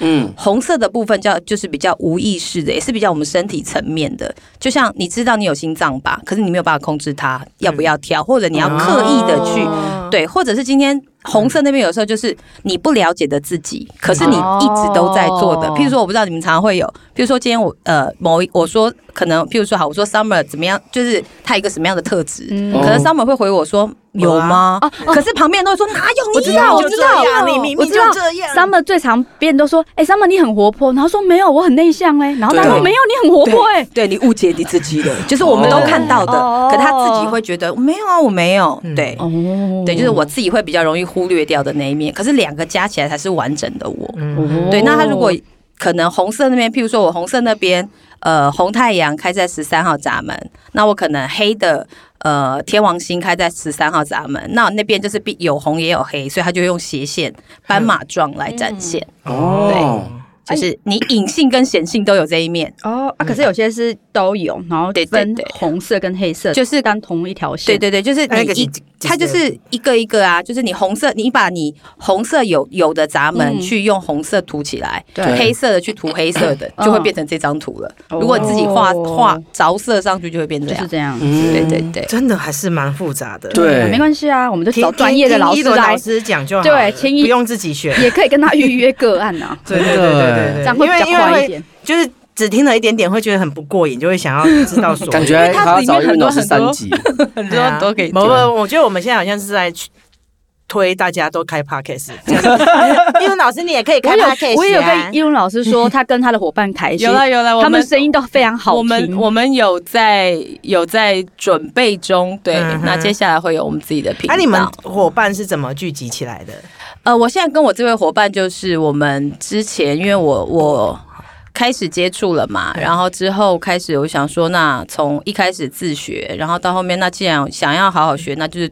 A: 嗯，
D: 红色的部分叫就是比较无意识的，也是比较我们身体层面的。就像你知道你有心脏吧，可是你没有办法控制它要不要跳，或者你要刻意的去、
B: 哦
D: 对，或者是今天红色那边有时候就是你不了解的自己，可是你一直都在做的。
C: 哦
D: 譬如说，我不知道你们常常会有，譬如说今天我呃某一我说可能譬如说好，我说 Summer 怎么样，就是他一个什么样的特质，
C: 嗯
D: 可能 Summer 会回我说有吗？
C: 哦 [LAUGHS] 哦
D: 啊可是旁边人都会说哪有
C: 我
D: 你啊
C: 知
D: 有，
C: 道，我
D: 就
C: 知
D: 这
C: 道
D: 样，
B: 你明明
C: 我知道
B: 就这样
C: Summer 最常别人都说，哎、s u m m e r 你很活泼，然后说没有，我很内向嘞，然后他说
A: 对
C: 没有，你很活泼哎、
D: 对你误解你
C: [LAUGHS]
D: 自己了，就是我们都看到的，
C: 哦
D: 可他自己会觉得没有啊，我没有，
B: 嗯
D: 对。
C: 哦
D: 对，就是我自己会比较容易忽略掉的那一面，可是两个加起来才是完整的
C: 哦
D: 我。
B: 嗯
D: 对，那他如果可能红色那边，譬如说我红色那边，呃，红太阳开在十三号闸门，那我可能黑的呃天王星开在十三号闸门，那那边就是必有红也有黑，所以他就用斜线斑马状来展
C: 嗯
D: 现，
A: 哦，
B: 哎
D: 就是你隐性跟显性都有这一面。
C: 哦啊，可是有些是都有，然后
D: 对对
C: 分
D: 对
C: 红色跟黑色，
D: 就是
C: 当同一条线。
D: 对对对，就是
B: 那
D: 你
B: 个是
D: 一
B: 几，
D: 它就是一个一个啊，就是你红色，你把你红色有有的闸门
C: 嗯
D: 去用红色涂起来，
A: 对
D: 黑色的去涂黑色的，
C: 嗯
D: 就会变成这张图了。
C: 哦
D: 如果你自己画画着色上去，就会变这
C: 就
D: 样
C: 是。这样。
A: 嗯
D: 对对对，
B: 真的还是蛮复杂的。
A: 对
C: 没关系啊，我们就找
B: 听
C: 专业的老
B: 听
C: 师
B: 一轮
C: 来
B: 老，师讲就好了，
C: 对，轻
B: 不
C: 易
B: 用自己学。
C: 也可以跟他预约个案呐，
B: 对对
A: 真
B: 对
A: 的
B: 对
A: 欸
B: 对
C: 这
B: 对，
C: 样会
B: 因为
C: 比较
B: 因为
C: 快一
B: 会
C: 点。
B: 就是只听了一点点，会觉得很不过瘾，就会想要知道所有
A: 感觉
D: 它
A: 还要
D: 里面
A: 找一
D: 很
A: 轮
D: 多
A: 老师
D: 很
A: 三
D: 多
A: 级，
D: 很
B: 对啊
D: 可以
B: 不不，我觉得我们现在好像是在去推大家都开 podcast，这样因为老师你也可以
C: 我
B: 开
C: 有
B: podcast，
C: 我也有
B: 啊
C: 跟一龙老师说，他跟他的伙伴凯西
D: 有，了有了，我
C: 他们声音都非常好听。
D: 我们我们有在有在准备中，对
B: 嗯哼，
D: 那接下来会有我们自己的频
B: 啊，
D: 道。
B: 你们伙伴是怎么聚集起来的？
D: 呃，我现在跟我这位伙伴就是我们之前，因为我我开始接触了嘛，然后之后开始我想说，那从一开始自学，然后到后面，那既然想要好好学，那就是。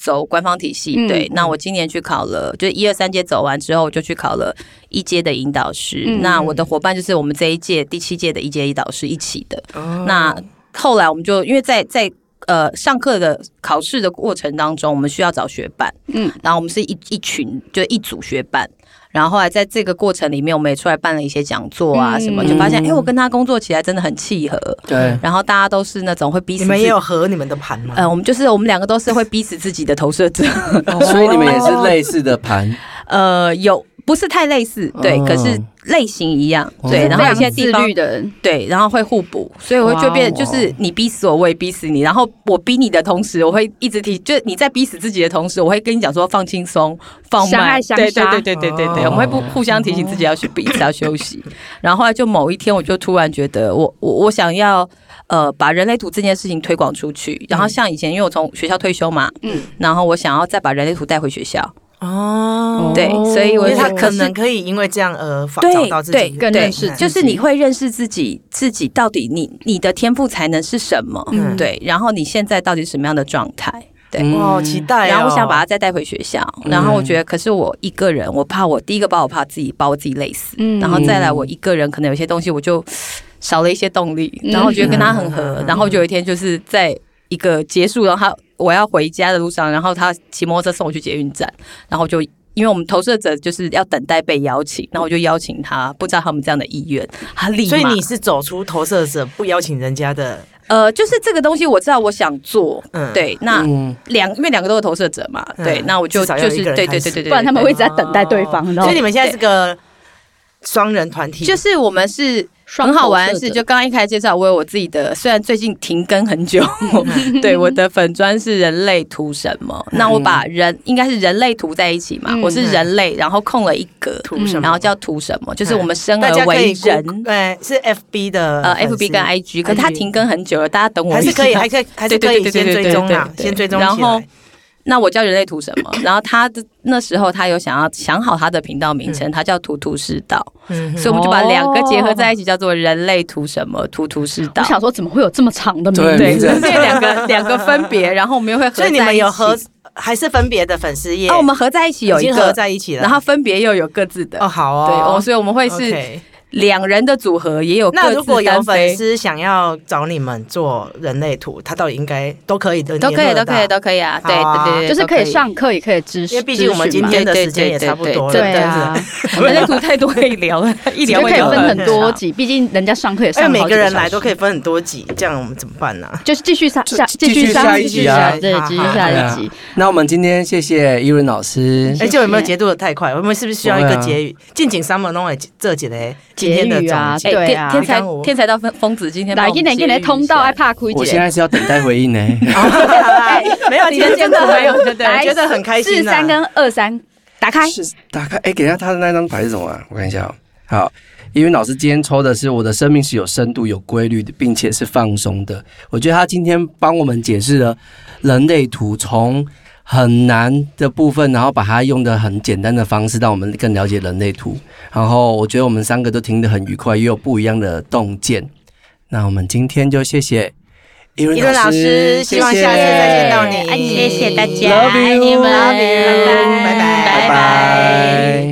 D: 走官方体系，
C: 嗯
D: 对。那我今年去考了，就是一二三阶走完之后，我就去考了一阶的引导师。
C: 嗯
D: 那我的伙伴就是我们这一届第七届的一阶引导师一起的。
B: 哦
D: 那后来我们就因为在在呃上课的考试的过程当中，我们需要找学伴，
C: 嗯
D: 嗯，然后我们是一一群就一组学伴。然后后来在这个过程里面，我们也出来办了一些讲座啊
C: 嗯
D: 什么，就发现哎、诶我跟他工作起来真的很契合。 [LAUGHS]
A: 对，
D: 然后大家都是那种会逼死
B: 你
D: 自己
B: 们也有合你们的盘
C: 嗯
B: 吗？
D: 呃，我们就是我们两个都是会逼死自己的投射
C: [LAUGHS]
D: 者。
C: 哦
A: 所以你们也
D: 哦
A: 是类似的盘，
D: 呃，有不是太类似，对，
A: 哦
D: 可是类型一样，对。
A: 哦
D: 然后有些地
C: 自
D: 方
C: 律的人，
D: 对，然后会互补，所以我会就变，
A: 哇哦
D: 就是你逼死我，我也逼死你，然后我逼你的同时，我会一直提，就是你在逼死自己的同时，我会跟你讲说放轻松，放
C: 相爱
D: 慢，
C: 相
D: 对对
C: 杀
D: 对对对对对，
A: 哦
D: 我们会不互相提醒自己要去一直要休息。然后后来就某一天，我就突然觉得我，我我想要呃把人类图这件事情推广出去，然后像以前，因为我从学校退休嘛，
C: 嗯
D: 嗯，然后我想要再把人类图带回学校，
B: 哦，
D: 对，所以
B: 因
D: 我
B: 为
D: 就
B: 他
D: 可
B: 可
D: 是
B: 能可以因为这样而发
D: 对
B: 找到自己
D: 对
C: 更认识
B: 自
C: 自
D: 就是你会认识自己，自己到底你你的天赋才能是什么？
B: 嗯
D: 对，然后你现在到底是什么样的状态？对。
A: 嗯
B: 哇，好期待哦。
D: 然后我想把它再带回学校，然后我觉得，可是我一个人，我怕我第一个把我怕自己把我自己累死，
C: 嗯
D: 然后再来我一个人，可能有些东西我就少了一些动力，
C: 嗯
D: 然后我觉得跟他很合，然后我就有一天就是在一个结束，然后他我要回家的路上，然后他骑摩托车送我去捷运站，然后就因为我们投射者就是要等待被邀请，然后我就邀请他，不知道他们这样的意愿，他立马
B: 所以你是走出投射者，不邀请人家的，
D: 呃，就是这个东西我知道我想做，
B: 嗯，
D: 对，那。
A: 嗯，
D: 两，因为两个都是投射者嘛，
B: 嗯
D: 对，那我就
B: 至少要
D: 就
B: 有
D: 是
B: 一
D: 对
B: 个人
D: 对
B: 开
D: 对
B: 始
D: 对对，
C: 不然他们
D: 对
C: 会一直在等待对方，然后
B: 哦所以你们现在是个双人团体，
D: 就是我们是很好玩的是，就刚刚一开始介绍，我有我自己的，虽然最近停更很久，
B: 嗯
D: [LAUGHS] 对我的粉砖是人类图什么？那我把人应该是人类图在一起嘛，
C: 嗯
D: 我是人类，然后空了一格，
B: 图什么
D: 然后叫图什么？就是
B: 嗯
D: 我们生
B: 大
D: 而
C: 呃
B: 家可
D: 为
B: 以
D: 人，
B: 对，是 FB 的
D: 呃
B: 粉丝
D: ，FB 跟 IG，可是它停更很久了，大家等我
B: 还
D: 一
B: 是
D: 下
B: 可以，还可以，还是可以
D: 对对
B: 先
D: 对对
B: 追踪啊，
D: 对对对
B: 先追踪
D: 然
B: 起
D: 后
B: 来。
D: 那我教人类图什么？然后他的那时候他有想要想好他的频道名称，他叫图图是道，
B: 嗯
D: [LAUGHS] 所以我们就把两个结合在一起，叫做人类图什么图图是道
B: 哦
C: 我。想说，怎么会有这么长的名字？
A: 对
D: 对，
B: [LAUGHS]
D: 就是这两个两个分别，然后我们又会合
B: 所
D: 在一
B: 以
D: 起。
B: 你们有合还是分别的粉丝页？
D: 哦，我们合在一起有
B: 已
D: 一
B: 经
D: 个
B: 合在一起了。
D: 然后分别又有各自的。
B: 哦，好
D: 对，哦，
B: 哦，
D: 所以我们会是
B: OK
D: 两人的组合，也有各
B: 那
D: 自
B: 如果有
D: 单飞
B: 粉丝想要找你们做人类图，他到底应该都可以的，
D: 都可以，
B: 联络得
D: 都
B: 到
D: 可以，都可以啊！对
B: 好啊
D: 对对，对
C: 就是
D: 都
C: 可以。上课，也可以知识，
B: 因为毕竟我们今天的时间也差不多了，
D: 对
C: 对
D: 对
C: 啊，
D: 人类图太多可以
C: [LAUGHS]
D: 聊了，一
C: 就
D: 聊
C: 可以
D: 聊
C: 分很多
B: 很
C: 集，毕竟人家上课也
B: 啊而且
C: 上了
B: 每
C: 好几
B: 个人来
C: 小时
B: 都可以分很多集，这样我们怎么办呢？
C: 就是继续上
A: 就
C: 下
A: 继续
C: 上
A: 下
B: 一
C: 继续
B: 集啊
C: 下对，
B: 好
C: 继续
B: 好
C: 下
A: 对
C: 一
A: 啊
C: 集。
A: 那我们今天谢谢伊润老师，
C: 谢
B: 哎，
C: 谢
B: 就有没有节度的太快？我们是不是需要一
A: 不
B: 个
A: 会啊
B: 结语？近景 summer 弄来这几嘞，今
C: 结
B: 天的
C: 语啊
B: 总结。
C: 对
D: 哎天
C: 啊
D: 天才
B: 你看我
D: 天才到疯疯子今天
C: 来，一年一年通道爱啊怕亏
A: 我现
C: 姐，
A: 在是要等待回应呢、
B: 哎 [LAUGHS] 没有，
D: 你
B: 今
D: 的
B: 天
D: 节
B: 真
D: 目
B: 的
D: 没有对
B: 对
D: 对
B: 我觉得很开
C: 四
B: 心啊。
C: 三跟二三打开，
A: 是打开，哎、给一下他的那张牌是什么啊？我看一下、哦。好，因为老师今天抽的是我的生命是有深度、有规律的，并且是放松的。我觉得他今天帮我们解释了人类图从很难的部分，然后把它用的很简单的方式，让我们更了解人类图。然后我觉得我们三个都听得很愉快，也有不一样的洞见。那我们今天就谢谢伊
B: 伊伦老师希望下次再
C: 哎
B: 见到你
C: 爱你
B: 谢谢大
C: 家
A: Love you
C: 爱你们
B: 拜拜
A: 拜
B: 拜
A: 拜。